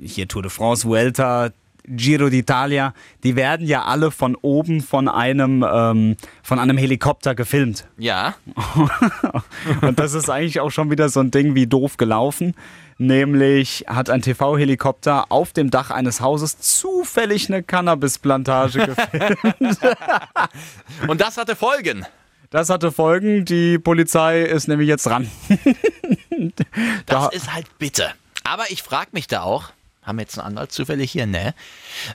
A: hier Tour de France, Vuelta, Giro d'Italia, die werden ja alle von oben von einem, ähm, von einem Helikopter gefilmt.
D: Ja.
A: Und das ist eigentlich auch schon wieder so ein Ding wie doof gelaufen. Nämlich hat ein TV-Helikopter auf dem Dach eines Hauses zufällig eine Cannabisplantage gefilmt.
D: Und das hatte Folgen.
A: Das hatte Folgen. Die Polizei ist nämlich jetzt ran.
D: Das
A: Da-
D: ist halt bitter. Aber ich frage mich da auch, Haben wir jetzt einen Anwalt zufällig hier? Ne.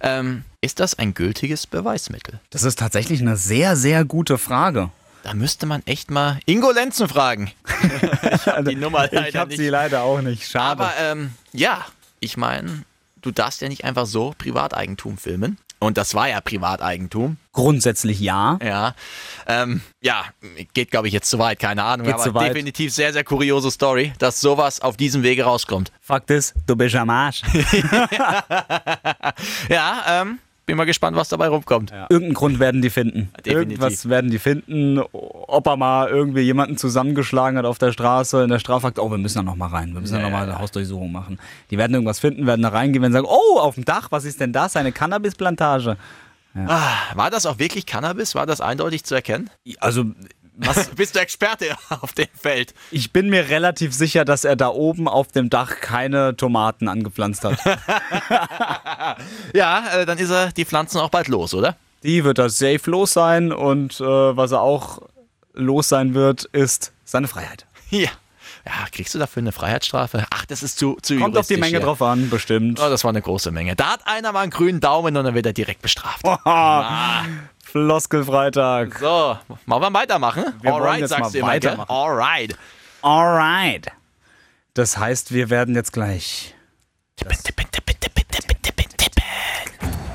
D: Ähm, ist das ein gültiges Beweismittel?
A: Das ist tatsächlich eine sehr, sehr gute Frage.
D: Da müsste man echt mal Ingo Lenzen fragen. ich habe die Nummer leider
A: Ich habe
D: nicht.
A: sie leider auch nicht. Schade.
D: Aber ähm, ja, ich meine, du darfst ja nicht einfach so Privateigentum filmen. Und das war ja Privateigentum.
A: Grundsätzlich ja.
D: Ja, ähm, ja geht, glaube ich, jetzt zu weit, keine Ahnung.
A: Geht
D: aber
A: zu weit.
D: definitiv sehr, sehr kuriose Story, dass sowas auf diesem Wege rauskommt.
A: Fakt ist, du bist am Arsch.
D: Ja, ähm, bin mal gespannt, was dabei rumkommt.
A: Irgendeinen Grund werden die finden.
D: Definitiv.
A: Irgendwas werden die finden. Ob er mal irgendwie jemanden zusammengeschlagen hat auf der Straße, in der Strafakt, oh, wir müssen da nochmal rein, wir müssen da nochmal eine Hausdurchsuchung machen. Die werden irgendwas finden, werden da reingehen, werden sagen, oh, auf dem Dach, was ist denn das? Eine Cannabisplantage.
D: Ah, War das auch wirklich Cannabis? War das eindeutig zu erkennen?
A: Also,
D: Was? Bist du Experte auf dem Feld?
A: ich bin mir relativ sicher, dass er da oben auf dem Dach keine Tomaten angepflanzt hat.
D: Ja, äh, dann ist er die Pflanzen auch bald los, oder?
A: Die wird das safe los sein und äh, was er auch los sein wird, ist seine Freiheit.
D: Ja. Ja, kriegst du dafür eine Freiheitsstrafe? Ach, das ist zu, zu
A: Kommt auf die
D: juristisch
A: Menge
D: hier.
A: drauf an, bestimmt.
D: Oh, das war eine große Menge. Da hat einer mal einen grünen Daumen und dann wird er direkt bestraft.
A: Floskelfreitag.
D: So, machen wir weitermachen?
A: Wir wollen
D: Alright,
A: jetzt mal
D: sagst du immer, gell?
A: weitermachen.
D: Alright.
A: Alright. Das heißt, wir werden jetzt gleich.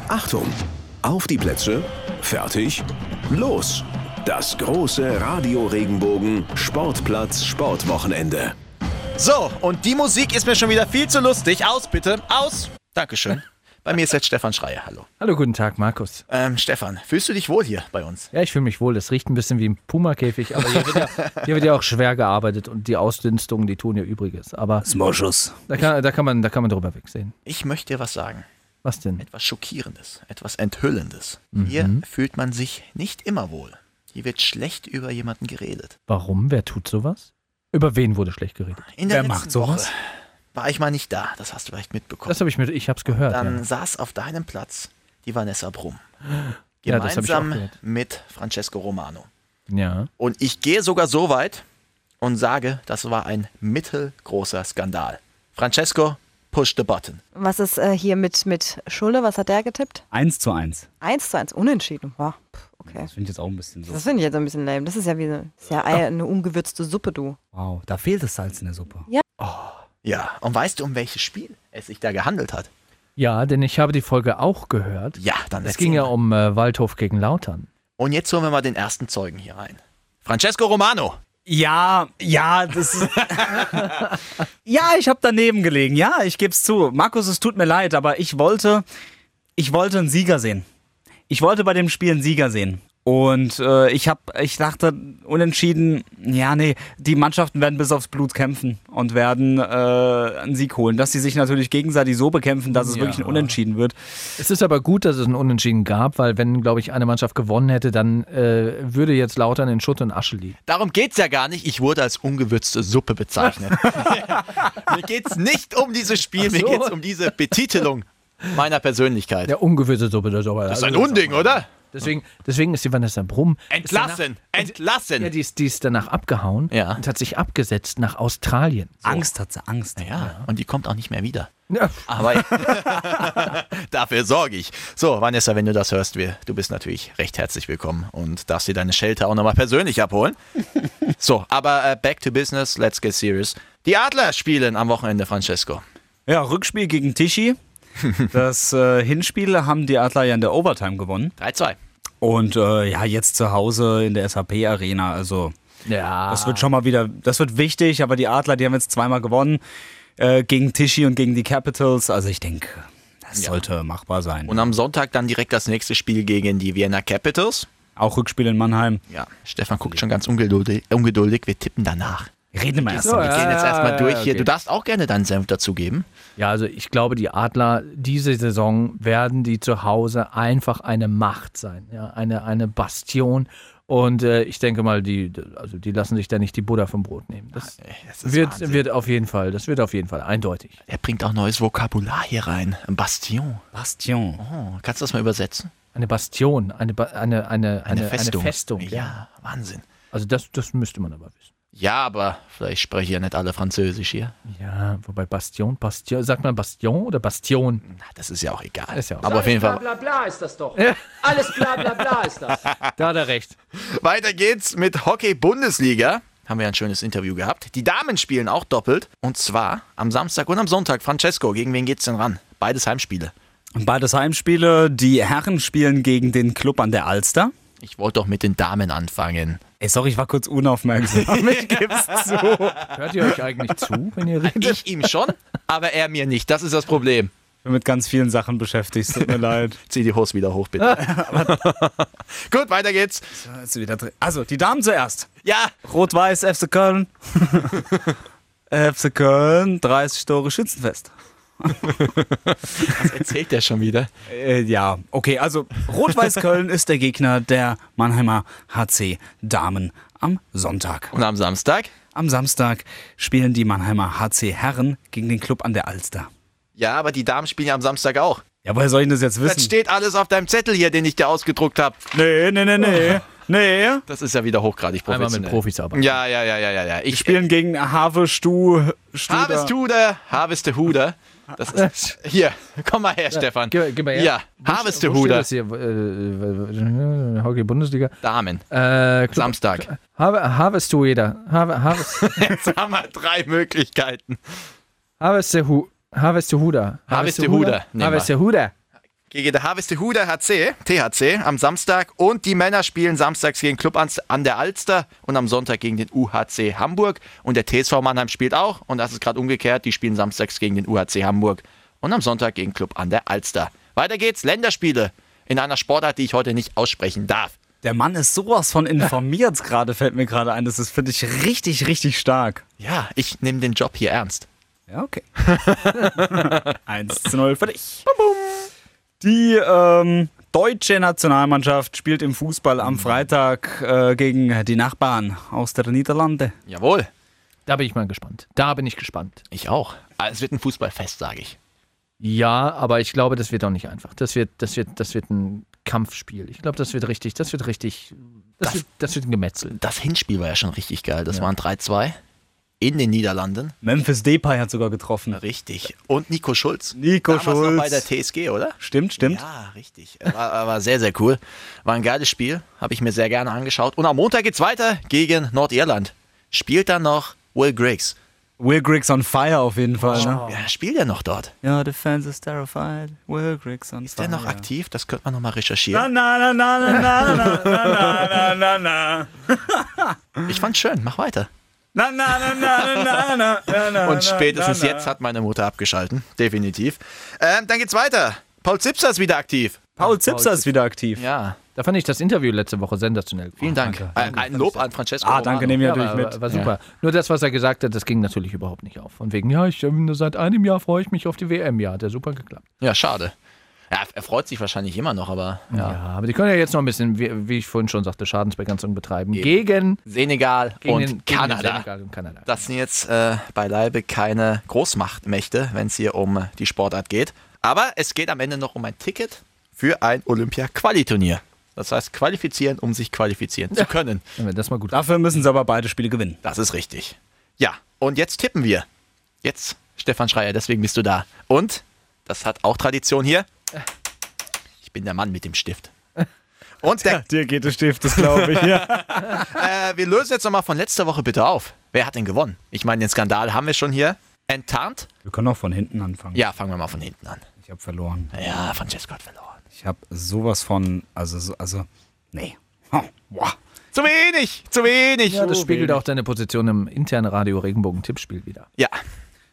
C: Achtung! Auf die Plätze, fertig, los! Das große Radio Regenbogen Sportplatz Sportwochenende.
D: So, und die Musik ist mir schon wieder viel zu lustig. Aus bitte, aus. Dankeschön. Bei mir ist jetzt Stefan Schreier, hallo.
G: Hallo, guten Tag, Markus.
D: Ähm, Stefan, fühlst du dich wohl hier bei uns?
G: Ja, ich fühle mich wohl. Das riecht ein bisschen wie ein Puma-Käfig, aber hier wird, ja, hier wird ja auch schwer gearbeitet und die Ausdünstungen, die tun ja Übriges. Aber
A: Moschus.
G: da kann, da kann, man, da kann man drüber wegsehen.
D: Ich möchte dir was sagen.
G: Was denn?
D: Etwas Schockierendes, etwas Enthüllendes.
A: Mhm.
D: Hier fühlt man sich nicht immer wohl. Hier wird schlecht über jemanden geredet.
G: Warum? Wer tut sowas? Über wen wurde schlecht geredet?
D: In der
A: Wer macht
D: letzten
A: sowas?
D: Woche war ich mal nicht da, das hast du vielleicht mitbekommen.
G: Das habe ich mir, ich habe es gehört.
D: Dann
G: Ja.
D: saß auf deinem Platz die Vanessa Brumm.
G: Ja, das hab ich auch
D: Gemeinsam
G: gehört.
D: mit Francesco Romano.
G: ja.
D: Und ich gehe sogar so weit und sage, das war ein mittelgroßer Skandal. Francesco, push the button.
J: Was ist äh, hier mit, mit Schulle? Was hat der getippt?
A: Eins zu eins.
J: 1 zu 1, unentschieden. Boah, pff, okay.
A: Das finde ich jetzt auch ein bisschen so.
J: Das finde ich jetzt ein bisschen lame. Das ist ja wie eine, ist ja Ei- eine ungewürzte Suppe, du.
A: Wow, da fehlt das Salz in der Suppe.
D: Ja, und weißt du, um welches Spiel es sich da gehandelt hat?
G: ja, denn ich habe die Folge auch gehört.
D: Ja, dann
G: Es
D: erzähl
G: ging ja
D: mal.
G: um äh, Waldhof gegen Lautern.
D: Und jetzt holen wir mal den ersten Zeugen hier rein. Francesco Romano.
A: Ja, ja, das ist. ja, ich habe daneben gelegen. Ja, ich gebe es zu. Markus, es tut mir leid, aber ich wollte, ich wollte einen Sieger sehen. Ich wollte bei dem Spiel einen Sieger sehen. Und äh, ich habe, ich dachte, unentschieden, ja, nee, die Mannschaften werden bis aufs Blut kämpfen und werden äh, einen Sieg holen. Dass sie sich natürlich gegenseitig so bekämpfen, dass es wirklich ein Unentschieden wird.
G: Es ist aber gut, dass es einen Unentschieden gab, weil wenn, glaube ich, eine Mannschaft gewonnen hätte, dann äh, würde jetzt Lautern in Schutt und Asche liegen.
D: Darum geht's ja gar nicht. Ich wurde als ungewürzte Suppe bezeichnet. mir geht's nicht um dieses Spiel, mir
G: so.
D: geht's um diese Betitelung meiner Persönlichkeit.
G: Ja, ungewisse Suppe. Also Das
D: Das
G: ist
D: ist ein Unding, oder?
G: Deswegen, deswegen ist die Vanessa Brumm.
D: Entlassen, entlassen.
G: Ja, die ist, die ist danach abgehauen
D: Ja.
G: und hat sich abgesetzt nach Australien.
A: Angst hat sie, Angst.
D: Ja, und die kommt auch nicht mehr wieder.
G: Ja,
D: Aber dafür sorge ich. So, Vanessa, wenn du das hörst, wir, du bist natürlich recht herzlich willkommen und darfst dir deine Shelter auch nochmal persönlich abholen. So, aber äh, back to business, let's get serious. Die Adler spielen am Wochenende, Francesco.
A: Ja, Rückspiel gegen Tischi. Das äh, Hinspiel haben die Adler ja in der Overtime gewonnen.
D: 3-2.
A: Und äh, ja, jetzt zu Hause in der SAP-Arena. Also,
G: ja.
A: das wird schon mal wieder, das wird wichtig, aber die Adler, die haben jetzt zweimal gewonnen äh, gegen Tischi und gegen die Capitals. Also, ich denke, das sollte machbar sein.
D: Und am Sonntag dann direkt das nächste Spiel gegen die Vienna Capitals.
A: Auch Rückspiel in Mannheim.
D: Ja, Stefan guckt schon ganz ungeduldig. ungeduldig. Wir tippen danach.
A: Reden wir erst
G: So,
A: mal.
G: ja.
D: Wir gehen jetzt erstmal durch hier.
G: okay.
D: Du darfst auch gerne deinen Senf dazugeben.
G: ja, also ich glaube, die Adler diese Saison werden die zu Hause einfach eine Macht sein, ja, eine, eine Bastion. Und äh, ich denke mal, die, also die lassen sich da nicht die Buddha vom Brot nehmen. Das,
D: Ah, Das ist
G: wird,
D: Wahnsinn.
G: wird auf jeden Fall, das wird auf jeden Fall eindeutig.
D: Er bringt auch neues Vokabular hier rein. Ein Bastion.
A: Bastion.
D: Oh, kannst du das mal übersetzen?
G: Eine Bastion, eine, ba eine, eine,
D: Eine, Festung.
G: Festung ja.
D: Wahnsinn.
G: Also das, das müsste man aber wissen.
D: Ja, aber vielleicht spreche ja nicht alle Französisch hier.
G: Ja, wobei Bastion, Bastion, sagt man Bastion oder Bastion?
D: Na, das ist ja auch egal.
G: Ist ja auch
D: aber auf jeden Fall.
I: Bla bla ist das doch. Alles bla bla bla ist das.
G: Da hat er recht.
D: Weiter geht's mit Hockey-Bundesliga. Haben wir ein schönes Interview gehabt. Die Damen spielen auch doppelt. Und zwar am Samstag und am Sonntag. Francesco, gegen wen geht's denn ran? Beides Heimspiele.
A: Beides Heimspiele. Die Herren spielen gegen den Club an der Alster.
D: Ich wollte doch mit den Damen anfangen.
A: Ey, sorry, ich war kurz unaufmerksam. ich gib's zu.
G: Hört ihr euch eigentlich zu, wenn ihr redet?
D: Ich ihm schon, aber er mir nicht. Das ist das Problem.
A: bin mit ganz vielen Sachen beschäftigt, tut mir leid.
D: Zieh die Hose wieder hoch, bitte. Gut, weiter geht's.
A: Also, wieder drin. also, die Damen zuerst.
D: Ja,
A: Rot-Weiß, FC Köln. FC Köln, 30 Tore Schützenfest.
D: das erzählt er schon wieder.
A: Äh, ja, okay, also Rot-Weiß Köln ist der Gegner der Mannheimer HC Damen am Sonntag.
D: Und am Samstag?
A: Am Samstag spielen die Mannheimer HC Herren gegen den Club an der Alster.
D: Ja, aber die Damen spielen ja am Samstag auch.
A: Ja, woher soll ich denn das jetzt
D: Das
A: wissen?
D: steht alles auf deinem Zettel hier, den ich dir ausgedruckt habe.
A: Nee, nee, nee, nee. Nee.
D: Das ist ja wieder hochgradig
G: Einmal mit
D: professionell.
G: Profis arbeiten.
D: ja, ja, ja, ja, ja, ja. Ich äh,
A: Spielen gegen Have, Stu, Studer.
D: Harvest Huder, Harvest Huder. Das ist, hier, komm mal her, Stefan.
G: Gib, gib mal her.
D: Ja,
G: Wo-
D: Harvest
G: wo steht
D: Huder,
G: das hier? Äh, Hockey Bundesliga.
D: Damen.
G: Äh, Club-
D: Samstag.
G: Har- Harvest Huder. Har- Harvest
D: Jetzt haben wir drei Möglichkeiten.
G: Harvest Hu- Harvest Huder.
D: Harvest Huder, nehmen wir.
G: Harvest Huder.
D: Gegen der Harvest Huder HC, THC, am Samstag. Und die Männer spielen samstags gegen Club ans- an der Alster und am Sonntag gegen den UHC Hamburg. Und der TSV Mannheim spielt auch. Und das ist gerade umgekehrt. Die spielen samstags gegen den UHC Hamburg und am Sonntag gegen Club an der Alster. Weiter geht's, Länderspiele. In einer Sportart, die ich heute nicht aussprechen darf.
A: Der Mann ist sowas von informiert gerade, fällt mir gerade ein. Das ist, finde ich, richtig, richtig stark.
D: Ja, ich nehme den Job hier ernst.
A: Ja, okay. 1 zu 0 für dich. Die ähm, deutsche Nationalmannschaft spielt im Fußball am Freitag äh, gegen die Nachbarn aus der Niederlande.
D: Jawohl.
G: Da bin ich mal gespannt. Da bin ich gespannt.
D: Ich auch. Ah, Es wird ein Fußballfest, sage ich.
G: Ja, aber ich glaube, das wird auch nicht einfach. Das wird, das wird, das wird ein Kampfspiel. Ich glaube, das wird richtig, das wird richtig, das, wird, das wird ein Gemetzel.
D: Das Hinspiel war ja schon richtig geil. Das waren 3-2 in den Niederlanden.
A: Memphis Depay hat sogar getroffen.
D: Richtig. Und Nico Schulz.
A: Nico
D: Damals
A: Schulz.
D: Noch bei der TSG, oder?
A: Stimmt, stimmt.
D: Ja, richtig. War, war sehr, sehr cool. War ein geiles Spiel. Habe ich mir sehr gerne angeschaut. Und am Montag geht's weiter gegen Nordirland. Spielt dann noch Will Griggs.
A: Will Griggs on fire auf jeden Fall. Ne?
D: Ja, spielt er noch dort?
A: Ja, defense is terrified. Will Griggs on
D: Ist er noch aktiv? Das könnte man nochmal recherchieren.
A: na, na, na, na, na, na, na, na, na, na.
D: Ich fand's schön. Mach weiter.
A: Na, na, na, na, na, na, na, na,
D: Und spätestens jetzt hat meine Mutter abgeschalten. Definitiv. Ähm, dann geht's weiter. Paul Zipser ist wieder aktiv.
A: Paul Zipser ist wieder aktiv.
D: Ja,
G: Da fand ich das Interview letzte Woche sensationell.
D: vielen Dank. Ein, ein Lob an Francesco.
A: Ah, danke,
D: Romano.
A: nehme ich
G: Ja,
A: natürlich
G: war,
A: mit.
G: war super. Nur das, was er gesagt hat, das ging natürlich überhaupt nicht auf. Von wegen, ja, ich ähm, nur seit einem Jahr freue ich mich auf die WM. Ja, hat ja super geklappt.
D: Ja, schade. Ja, er freut sich wahrscheinlich immer noch, aber
G: Ja.
D: ja.
G: aber die können ja jetzt noch ein bisschen, wie, wie ich vorhin schon sagte, Schadensbegrenzung betreiben. Gegen,
D: Senegal
G: gegen
D: und
G: den- gegen den
D: Kanada.
G: Senegal und Kanada.
D: das sind jetzt äh, beileibe keine Großmachtmächte, wenn es hier um äh, die Sportart geht. Aber es geht am Ende noch um ein Ticket für ein Olympia-Quali-Turnier. Das heißt, qualifizieren, um sich qualifizieren zu können.
G: Wenn wir das mal gut
A: Dafür müssen sie aber beide Spiele gewinnen.
D: Das ist richtig. Ja, und jetzt tippen wir. Jetzt, Stefan Schreier, deswegen bist du da. Und, das hat auch Tradition hier, ich bin der Mann mit dem Stift. Und der,
A: Dir geht der Stift, das glaube ich. Ja.
D: äh, wir lösen jetzt nochmal von letzter Woche bitte auf. Wer hat denn gewonnen? Ich meine, den Skandal haben wir schon hier. Enttarnt?
A: Wir können auch von hinten anfangen.
D: Ja, fangen wir mal von hinten an.
A: Ich habe verloren.
D: Ja, Francesco hat verloren.
A: Ich habe sowas von, also, so- also, nee. Oh, wow.
D: Zu wenig, zu wenig. Oh.
G: Ja, das spiegelt auch deine Position im internen Radio Regenbogen Tippspiel wieder.
D: Ja,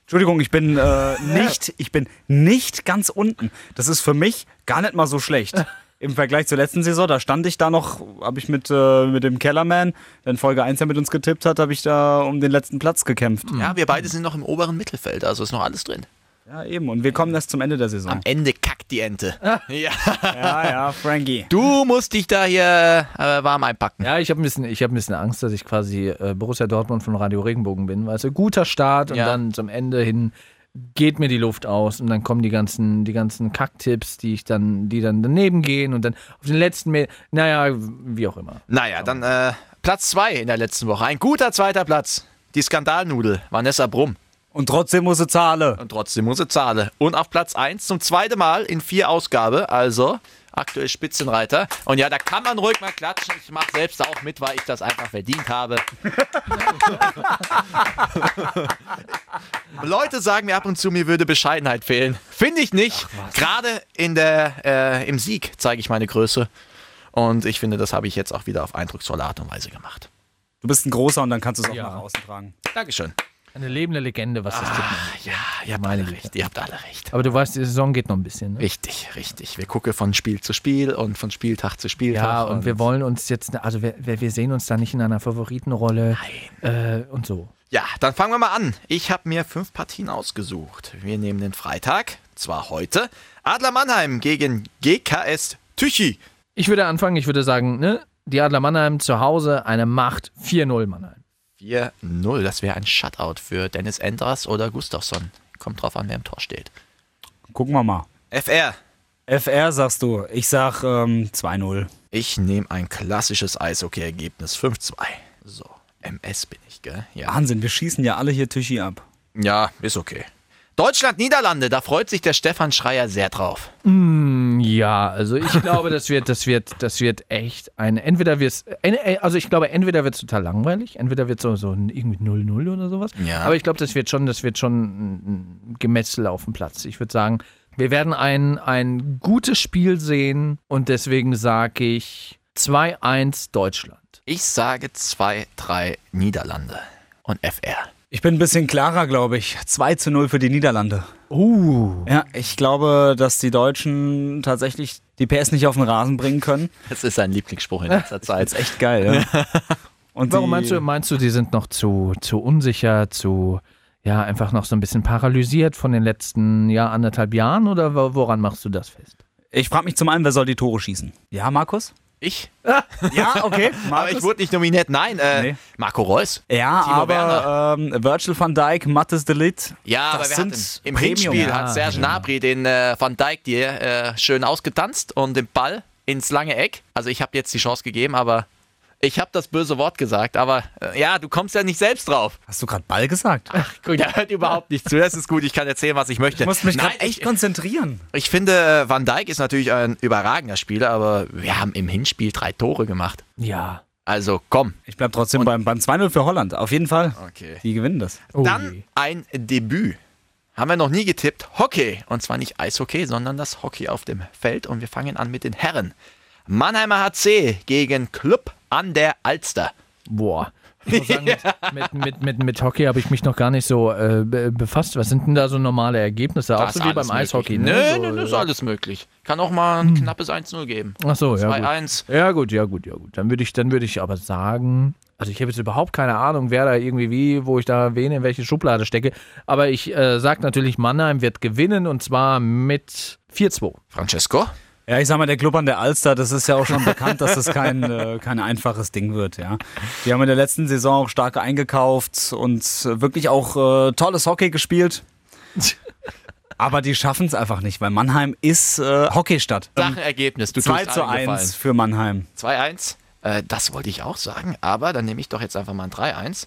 A: Entschuldigung, ich bin äh, nicht, ich bin nicht ganz unten. Das ist für mich gar nicht mal so schlecht. Im Vergleich zur letzten Saison, da stand ich da noch, habe ich mit, äh, mit dem Kellerman, der in Folge 1 ja mit uns getippt hat, habe ich da um den letzten Platz gekämpft.
D: ja, wir beide sind noch im oberen Mittelfeld, also ist noch alles drin.
A: Ja, eben. Und wir kommen erst zum Ende der
D: Am
A: Saison.
D: Ende kackt die Ente. Ja.
A: Ja, ja, Frankie.
D: Du musst dich da hier äh, warm einpacken.
G: Ja, ich habe ein, bisschen- ich hab ein bisschen Angst, dass ich quasi äh, Borussia Dortmund von Radio Regenbogen bin. Weißt du, guter Start und
D: Ja.
G: dann zum Ende hin geht mir die Luft aus und dann kommen die ganzen, die ganzen Kacktipps, die ich dann, die dann daneben gehen und dann auf den letzten Mail, naja, wie auch immer.
D: Naja, dann äh, Platz 2 in der letzten Woche. Ein guter zweiter Platz. Die Skandalnudel, Vanessa Brumm.
A: Und trotzdem muss er zahlen.
D: Und trotzdem muss sie zahlen. Und auf Platz 1 zum zweiten Mal in vier Ausgabe, also aktuell Spitzenreiter. Und ja, da kann man ruhig mal klatschen. Ich mache selbst auch mit, weil ich das einfach verdient habe. Leute sagen mir ab und zu, mir würde Bescheidenheit fehlen. Finde ich nicht. Gerade in der, äh, im Sieg zeige ich meine Größe. Und ich finde, das habe ich jetzt auch wieder auf eindrucksvolle Art und Weise gemacht.
A: Du bist ein großer und dann kannst du es auch nach außen tragen.
D: Dankeschön.
G: Eine lebende Legende, was das Tippen angeht.
D: Ja, ihr habt alle recht. Ihr habt alle recht.
G: Aber du weißt, die Saison geht noch ein bisschen. Ne?
D: Richtig, richtig. Wir gucken von Spiel zu Spiel und von Spieltag zu Spieltag.
G: Ja, und wir wollen uns jetzt, also wir, wir wir sehen uns da nicht in einer Favoritenrolle äh, und so.
D: Ja, dann fangen wir mal an. Ich habe mir fünf Partien ausgesucht. Wir nehmen den Freitag, zwar heute, Adler Mannheim gegen GKS Tüchi.
G: Ich würde anfangen, ich würde sagen, ne? Die Adler Mannheim zu Hause, eine Macht 4-0 Mannheim.
D: 4-0, das wäre ein Shutout für Dennis Enders oder Gustafsson. Kommt drauf an, wer im Tor steht.
A: Gucken wir mal.
D: FR.
A: FR sagst du. Ich sag ähm, 2-0.
D: Ich nehme ein klassisches Eishockey-Ergebnis, 5-2. So, MS bin ich, gell? Ja.
A: Wahnsinn, wir schießen ja alle hier Tischi ab.
D: Ja, ist okay. Deutschland-Niederlande, da freut sich der Stefan Schreier sehr drauf.
G: Ja, also ich glaube, das wird, das wird, das wird echt ein. Entweder wird also ich glaube, entweder wird es total langweilig, entweder wird es so, so ein irgendwie 0-0 oder sowas.
D: Ja.
G: Aber ich glaube, das wird schon, das wird schon ein ein Gemetzel auf dem Platz. Ich würde sagen, wir werden ein, ein gutes Spiel sehen und deswegen sage ich 2-1 Deutschland.
D: Ich sage 2-3 Niederlande und FR.
A: Ich bin ein bisschen klarer, glaube ich. 2 zu 0 für die Niederlande.
G: Uh.
A: Ja, ich glaube, dass die Deutschen tatsächlich die PS nicht auf den Rasen bringen können.
D: Das ist sein Lieblingsspruch in letzter Zeit.
A: Ist echt geil, ja. Und
G: Warum
A: die-
G: meinst du, meinst du, die sind noch zu, zu unsicher, zu ja, einfach noch so ein bisschen paralysiert von den letzten ja, anderthalb Jahren oder wo- woran machst du das fest?
A: Ich frage mich zum einen, wer soll die Tore schießen? Ja, Markus?
D: Ich?
A: Ja, okay.
D: Aber ich wurde nicht nominiert. Nein, äh,
A: Nee.
D: Marco Reus.
A: ja,
D: Timo
A: aber ähm, Virgil van Dijk, Mattes Delit.
D: Ja,
A: Das
D: aber wir
A: sind
D: hatten, im
A: Premium.
D: Hinspiel
A: Ja,
D: hat Serge Gnabry den äh, Van Dijk dir äh, schön ausgetanzt und den Ball ins lange Eck. Also ich habe jetzt die Chance gegeben, aber ich habe das böse Wort gesagt. Aber äh, ja, du kommst ja nicht selbst drauf.
A: Hast du gerade Ball gesagt?
D: Gut, der hört überhaupt nicht zu. Das ist gut, ich kann erzählen, was ich möchte.
A: Ich muss mich
D: Nein,
A: gerade echt
D: ich,
A: konzentrieren.
D: ich finde, äh, Van Dijk ist natürlich ein überragender Spieler, aber wir haben im Hinspiel drei Tore gemacht.
G: Ja.
D: Also komm.
A: Ich bleib trotzdem beim, beim 2-0 für Holland. Auf jeden Fall.
D: Okay.
A: Die gewinnen das.
D: Dann ein Debüt. Haben wir noch nie getippt. Hockey. Und zwar nicht Eishockey, sondern das Hockey auf dem Feld. Und wir fangen an mit den Herren. Mannheimer HC gegen Club an der Alster.
G: Boah. Ich muss sagen, mit, mit, mit, mit, mit Hockey habe ich mich noch gar nicht so äh, be- befasst. Was sind denn da so normale Ergebnisse? Auch
D: Da
G: so
D: ist
G: wie
D: alles
G: beim
D: möglich.
G: Eishockey.
D: Nö, nö,
G: Ne? So,
D: nö, ist
G: äh,
D: alles möglich. Kann auch mal ein knappes 1-0 geben.
G: Ach so, ja. Gut.
D: 2-1.
G: Ja, gut, ja, gut, ja, gut. Dann würde ich, dann würde ich aber sagen, also ich habe jetzt überhaupt keine Ahnung, wer da irgendwie wie, wo ich da wen in welche Schublade stecke. Aber ich äh, sage natürlich, Mannheim wird gewinnen und zwar mit 4-2.
D: Francesco?
A: Ja, ich sag mal, der Club an der Alster, das ist ja auch schon bekannt, dass das kein, äh, kein einfaches Ding wird, ja. Die haben in der letzten Saison auch stark eingekauft und äh, wirklich auch äh, tolles Hockey gespielt. Aber die schaffen es einfach nicht, weil Mannheim ist äh, Hockeystadt.
G: Ähm,
D: Sag ein Ergebnis. Du
A: 2
D: tust
A: zu
D: allen
A: 1 für Mannheim.
D: Gefallen. 2-1. Äh, das wollte ich auch sagen. Aber dann nehme ich doch jetzt einfach mal ein 3-1.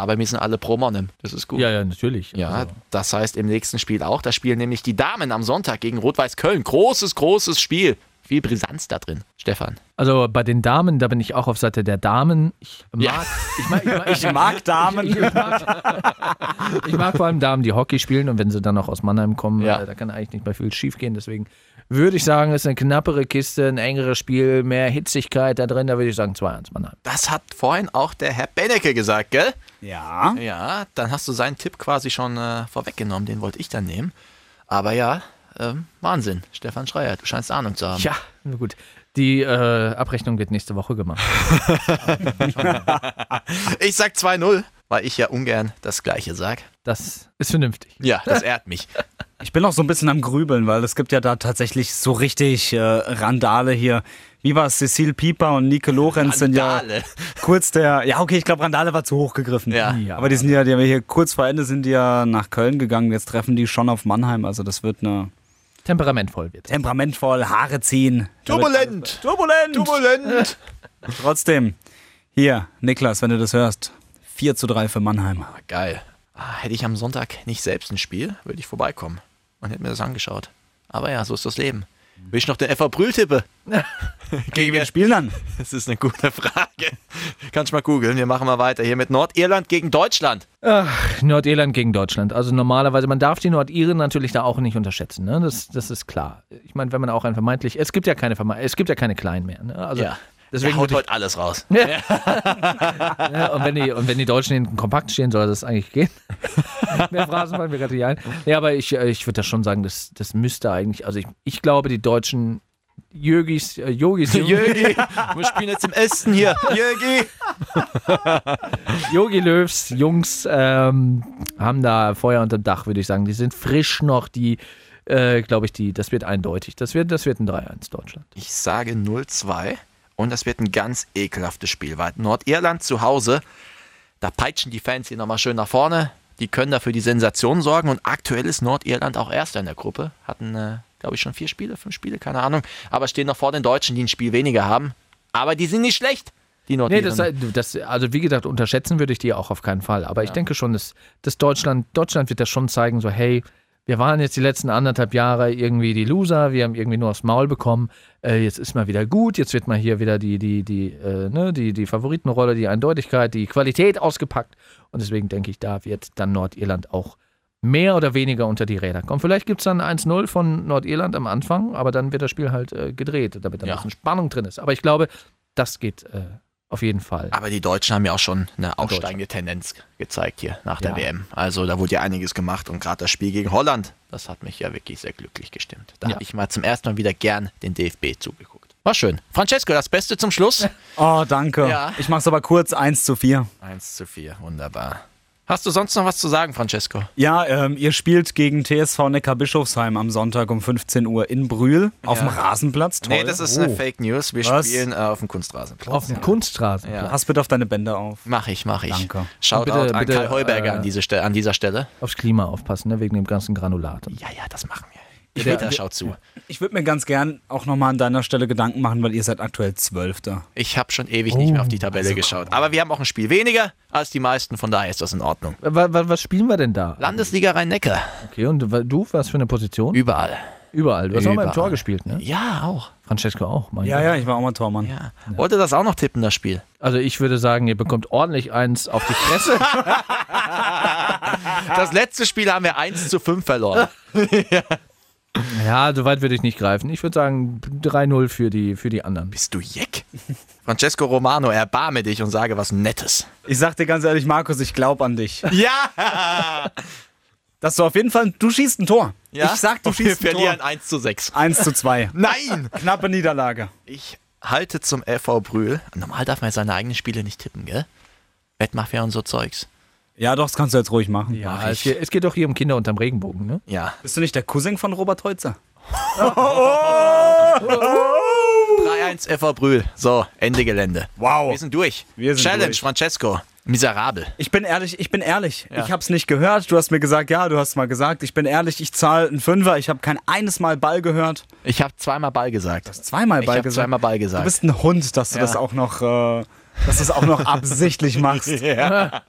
D: Aber wir sind alle pro Monem. Das ist gut.
G: Ja, ja, natürlich.
D: Ja,
G: Also,
D: das heißt im nächsten Spiel auch. Da spielen nämlich die Damen am Sonntag gegen Rot-Weiß Köln. Großes, großes Spiel. Viel Brisanz da drin. Stefan.
G: also bei den Damen, da bin ich auch auf Seite der Damen. Ich mag,
D: Ja.
G: ich mag, ich mag,
A: Ich mag
G: Ich,
A: Damen.
G: ich, mag, ich mag vor allem Damen, die Hockey spielen und wenn sie dann noch aus Mannheim kommen,
D: Ja.
G: äh, da kann eigentlich nicht mehr viel schief gehen. Deswegen würde ich sagen, ist eine knappere Kiste, ein engeres Spiel, mehr Hitzigkeit da drin. Da würde ich sagen 2-1 Mannheim.
D: Das hat vorhin auch der Herr Benecke gesagt, gell?
A: Ja.
D: Ja, dann hast du seinen Tipp quasi schon äh, vorweggenommen. Den wollte ich dann nehmen. Aber ja, ähm, Wahnsinn. Stefan Schreier, du scheinst Ahnung zu haben.
G: Ja, na gut. Die äh, Abrechnung wird nächste Woche gemacht.
D: Ich sag 2-0, weil ich ja ungern das Gleiche sag.
G: Das ist vernünftig.
D: Ja, das ehrt mich.
A: Ich bin auch so ein bisschen am Grübeln, weil es gibt ja da tatsächlich so richtig äh, Randale hier. Wie war es? Cecile Pieper und Nike Lorenz sind ja
D: Randale.
A: kurz der. Ja, okay, ich glaube, Randale war zu hoch gegriffen.
D: Ja.
A: Aber die sind ja, die haben ja hier kurz vor Ende sind die ja nach Köln gegangen. Jetzt treffen die schon auf Mannheim. Also das wird eine
G: Temperamentvoll wird.
A: temperamentvoll, Haare ziehen. Da wird-
D: Turbulent.
A: Turbulent.
D: Turbulent.
A: Trotzdem. Hier, Niklas, wenn du das hörst. 4 zu 3 für Mannheim.
D: Ah, geil. Ah, hätte ich am Sonntag nicht selbst ein Spiel, würde ich vorbeikommen und hätte mir das angeschaut. Aber ja, so ist das Leben. Will ich noch den FV Brühl tippe? Gegen wen
A: Spielen dann.
D: Das ist eine gute Frage. Kannst mal googeln. Wir machen mal weiter hier mit Nordirland gegen Deutschland.
G: Nordirland gegen Deutschland. Also normalerweise, man darf die Nordiren natürlich da auch nicht unterschätzen. Ne? Das, das ist klar. Ich meine, wenn man auch ein vermeintlich, es gibt ja keine vermeintlich, es gibt ja keine Kleinen mehr. Ne? Also
D: Ja.
G: deswegen
D: er haut
G: würde
D: heute alles raus.
G: ich, ne? und, wenn die, und wenn die Deutschen hinten kompakt stehen, soll das eigentlich gehen. Mehr Phrasen fallen mir gerade nicht ein. Ja, aber ich, äh, ich würde da schon sagen, das, das müsste eigentlich, also ich, ich glaube, die Deutschen Jögis, äh, Jogis,
D: Jögi, wir spielen jetzt im Osten hier. Jögi.
G: Yogi Löws Jungs ähm, haben da Feuer unterm Dach, würde ich sagen. Die sind frisch noch, die, äh, glaube ich, die, das wird eindeutig. Das wird, das wird ein 3-1 Deutschland.
D: Ich sage 0-2 und das wird ein ganz ekelhaftes Spiel, weil Nordirland zu Hause, da peitschen die Fans hier nochmal schön nach vorne. Die können dafür die Sensation sorgen und aktuell ist Nordirland auch Erster in der Gruppe. Hatten, äh, glaube ich, schon vier Spiele, fünf Spiele, keine Ahnung. Aber stehen noch vor den Deutschen, die ein Spiel weniger haben. Aber die sind nicht schlecht, die
G: Nee,
D: Nordiren.
G: das, das, also wie gesagt, unterschätzen würde ich die auch auf keinen Fall. Aber ich denke schon, dass, dass Deutschland, Deutschland wird das schon zeigen, so hey, wir waren jetzt die letzten anderthalb Jahre irgendwie die Loser, wir haben irgendwie nur aufs Maul bekommen, äh, jetzt ist mal wieder gut, jetzt wird mal hier wieder die, die, die, äh, ne, die, die Favoritenrolle, die Eindeutigkeit, die Qualität ausgepackt. Und deswegen denke ich, da wird dann Nordirland auch mehr oder weniger unter die Räder kommen. Vielleicht gibt es dann 1-0 von Nordirland am Anfang, aber dann wird das Spiel halt äh, gedreht, damit da ein
D: Ja.
G: bisschen Spannung drin ist. Aber ich glaube, das geht äh, auf jeden Fall.
D: Aber die Deutschen haben ja auch schon eine aufsteigende Tendenz gezeigt hier nach der
G: Ja.
D: WM. Also da wurde ja einiges gemacht und gerade das Spiel gegen Holland, das hat mich ja wirklich sehr glücklich gestimmt. Da
G: Ja.
D: habe ich mal zum ersten Mal wieder gern den DFB zugeguckt. War schön. Francesco, das Beste zum Schluss.
A: Oh, danke.
D: Ja.
A: Ich mach's aber kurz 1 zu 4.
D: 1 zu 4, wunderbar. Hast du sonst noch was zu sagen, Francesco?
A: Ja, ähm, ihr spielt gegen TSV Neckarbischofsheim am Sonntag um 15 Uhr in Brühl auf dem Rasenplatz. Toll.
D: Nee, das ist
A: Oh.
D: eine Fake News. Wir
A: Was?
D: spielen äh, auf dem Kunstrasenplatz.
G: Auf dem Kunstrasen.
D: Ja.
A: Pass bitte auf deine Bänder auf.
D: Mach ich, mach ich.
A: Danke.
D: Shoutout
G: Und bitte-
D: an
G: bitte,
D: Karl Heuberger
G: äh,
D: an, diese Ste- an dieser Stelle.
G: Aufs Klima aufpassen, ne? wegen dem ganzen Granulat.
D: Ja, ja, das machen wir. Peter, schau zu.
A: Ich würde mir ganz gern auch nochmal an deiner Stelle Gedanken machen, weil ihr seid aktuell Zwölfter.
D: Ich habe schon ewig nicht mehr auf
A: Oh,
D: die
A: also
D: Tabelle geschaut. Aber wir haben auch ein Spiel weniger als die meisten, von daher ist das in Ordnung.
G: Wa- wa- Was spielen wir denn da?
D: Landesliga Rhein-Neckar.
G: Okay, und wa- du, was für eine Position?
D: Überall.
G: Überall. Du hast auch mal im
D: Überall.
G: Tor gespielt, ne?
D: Ja, auch.
G: Francesco auch, mein
A: Ja,
G: Gott.
A: ja, ich war auch mal Tormann.
D: Ja. Wollte das auch noch tippen, das Spiel.
G: Also ich würde sagen, ihr bekommt ordentlich eins auf die Fresse.
A: Ah.
D: Das letzte Spiel haben wir 1 zu 5 verloren.
G: ja, so weit würde ich nicht greifen. Ich würde sagen 3-0 für die, für die anderen.
D: Bist du Jeck? Francesco Romano, erbarme dich und sage was Nettes.
A: Ich sag dir ganz ehrlich, Markus, ich glaub an dich.
D: Ja!
A: Dass du auf jeden Fall, du schießt ein Tor. Ich sag, du
D: Und wir
A: schießt ein
D: verlieren
A: Tor.
D: 1 zu 6.
A: 1 zu 2.
D: Nein!
A: Knappe Niederlage.
D: Ich halte zum FV Brühl. Normal darf man ja seine eigenen Spiele nicht tippen, gell? Wettmafia und so Zeugs.
A: Ja, doch, das kannst du jetzt ruhig machen.
D: Mach
G: Ja, es, geht, es geht doch hier um Kinder unterm Regenbogen, ne?
D: Ja.
A: Bist du nicht der Cousin von Robert Heutzer?
D: 3-1 FV Brühl. So, Ende Gelände.
A: Wow.
D: Wir sind durch.
A: Wir sind
D: Challenge,
A: durch.
D: Francesco. Miserabel.
A: Ich bin ehrlich, ich bin ehrlich. Ich hab's nicht gehört. Du hast mir gesagt, ja, du hast mal gesagt, ich bin ehrlich, ich zahle einen Fünfer. Ich habe kein eines Mal Ball gehört.
D: Ich habe zweimal Ball gesagt.
A: Zweimal
D: Ich
A: Ball
D: hab
A: gesagt.
D: zweimal Ball gesagt.
A: Du bist ein Hund, dass du
D: Ja.
A: das auch noch, äh, dass du es auch noch absichtlich machst.
D: Ja,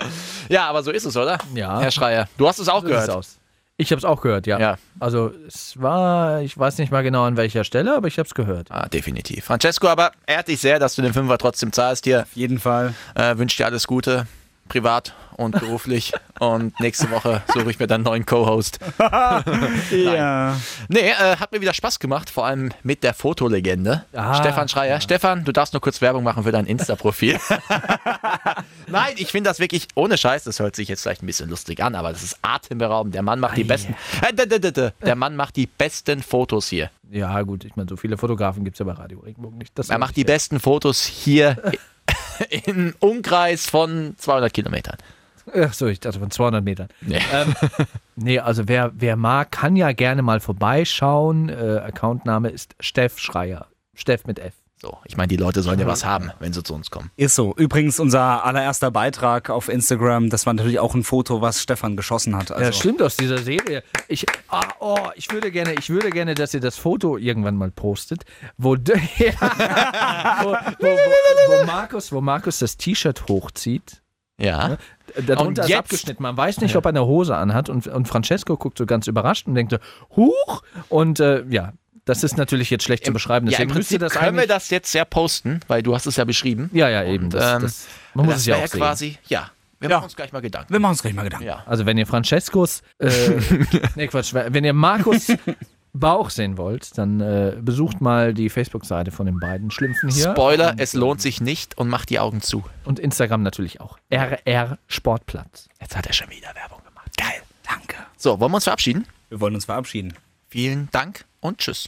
D: aber so ist es, oder?
G: Ja.
D: Herr Schreier, du hast es auch
G: So sieht's
D: gehört.
G: aus. Ich habe es auch gehört, ja.
D: Ja.
G: Also es war, ich weiß nicht mal genau an welcher Stelle, aber ich habe es gehört.
D: Ah, definitiv. Francesco, aber ehrt dich sehr, dass du den Fünfer trotzdem zahlst hier.
A: Auf jeden Fall.
D: Äh, Wünsche dir alles Gute, privat und beruflich. und nächste Woche suche ich mir dann einen neuen Co-Host.
A: Ja.
D: Nee, äh, hat mir wieder Spaß gemacht, vor allem mit der Fotolegende.
G: Ah,
D: Stefan Schreier. Stefan, du darfst nur kurz Werbung machen für dein Insta-Profil. Nein, ich finde das wirklich ohne Scheiß. Das hört sich jetzt vielleicht ein bisschen lustig an, aber das ist atemberaubend. Der Mann macht die besten. Äh, d- d- d- d- Der Mann macht die besten Fotos hier.
G: Ja, gut, ich meine, so viele Fotografen gibt es ja bei Radio Regenbogen nicht. Das
D: Er macht die besten Fotos hier im Umkreis von 200 Kilometern.
G: Ach so, ich dachte von 200 Metern.
D: Nee.
G: Ähm, nee, also wer, wer mag, kann ja gerne mal vorbeischauen. Äh, Accountname ist Steff Schreier. Steff mit F.
D: So, ich meine, die Leute sollen ja was haben, wenn sie zu uns kommen.
A: Ist so. Übrigens, unser allererster Beitrag auf Instagram, das war natürlich auch ein Foto, was Stefan geschossen hat. Also,
G: Ja, stimmt aus dieser Serie. Ich, ah, oh, ich würde gerne, ich würde gerne, dass ihr das Foto irgendwann mal postet, wo, d- ja, wo, wo, wo, wo Markus, wo Markus das T-Shirt hochzieht.
D: Ja.
G: Darunter
D: Und
G: ist
D: jetzt-
G: abgeschnitten. Man weiß nicht, ob er eine Hose anhat. Und, und Francesco guckt so ganz überrascht und denkt so, huch! Und äh, ja, das ist natürlich jetzt schlecht zu beschreiben.
D: ja, im
G: Deswegen müsst ihr
D: Prinzip
G: das
D: können wir
G: eigentlich.
D: das jetzt ja posten, weil du hast es ja beschrieben.
G: Ja, ja, eben. Das,
D: ähm,
G: das, man muss
D: das
G: es ja
D: wär
G: auch sehen.
D: quasi, ja. Wir machen uns gleich mal Gedanken.
A: wir machen uns gleich mal Gedanken.
D: Ja.
G: Also wenn ihr Francescos, äh, nee Quatsch, wenn ihr Markus Bauch sehen wollt, dann äh, besucht mal die Facebook-Seite von den beiden Schlümpfen hier
D: Spoiler, es lohnt sich nicht und macht die Augen zu.
G: und Instagram natürlich auch. RR Sportplatz.
D: Jetzt hat er schon wieder Werbung gemacht. Geil. Danke. So, wollen wir uns verabschieden?
A: Wir wollen uns verabschieden.
D: Vielen Dank und tschüss.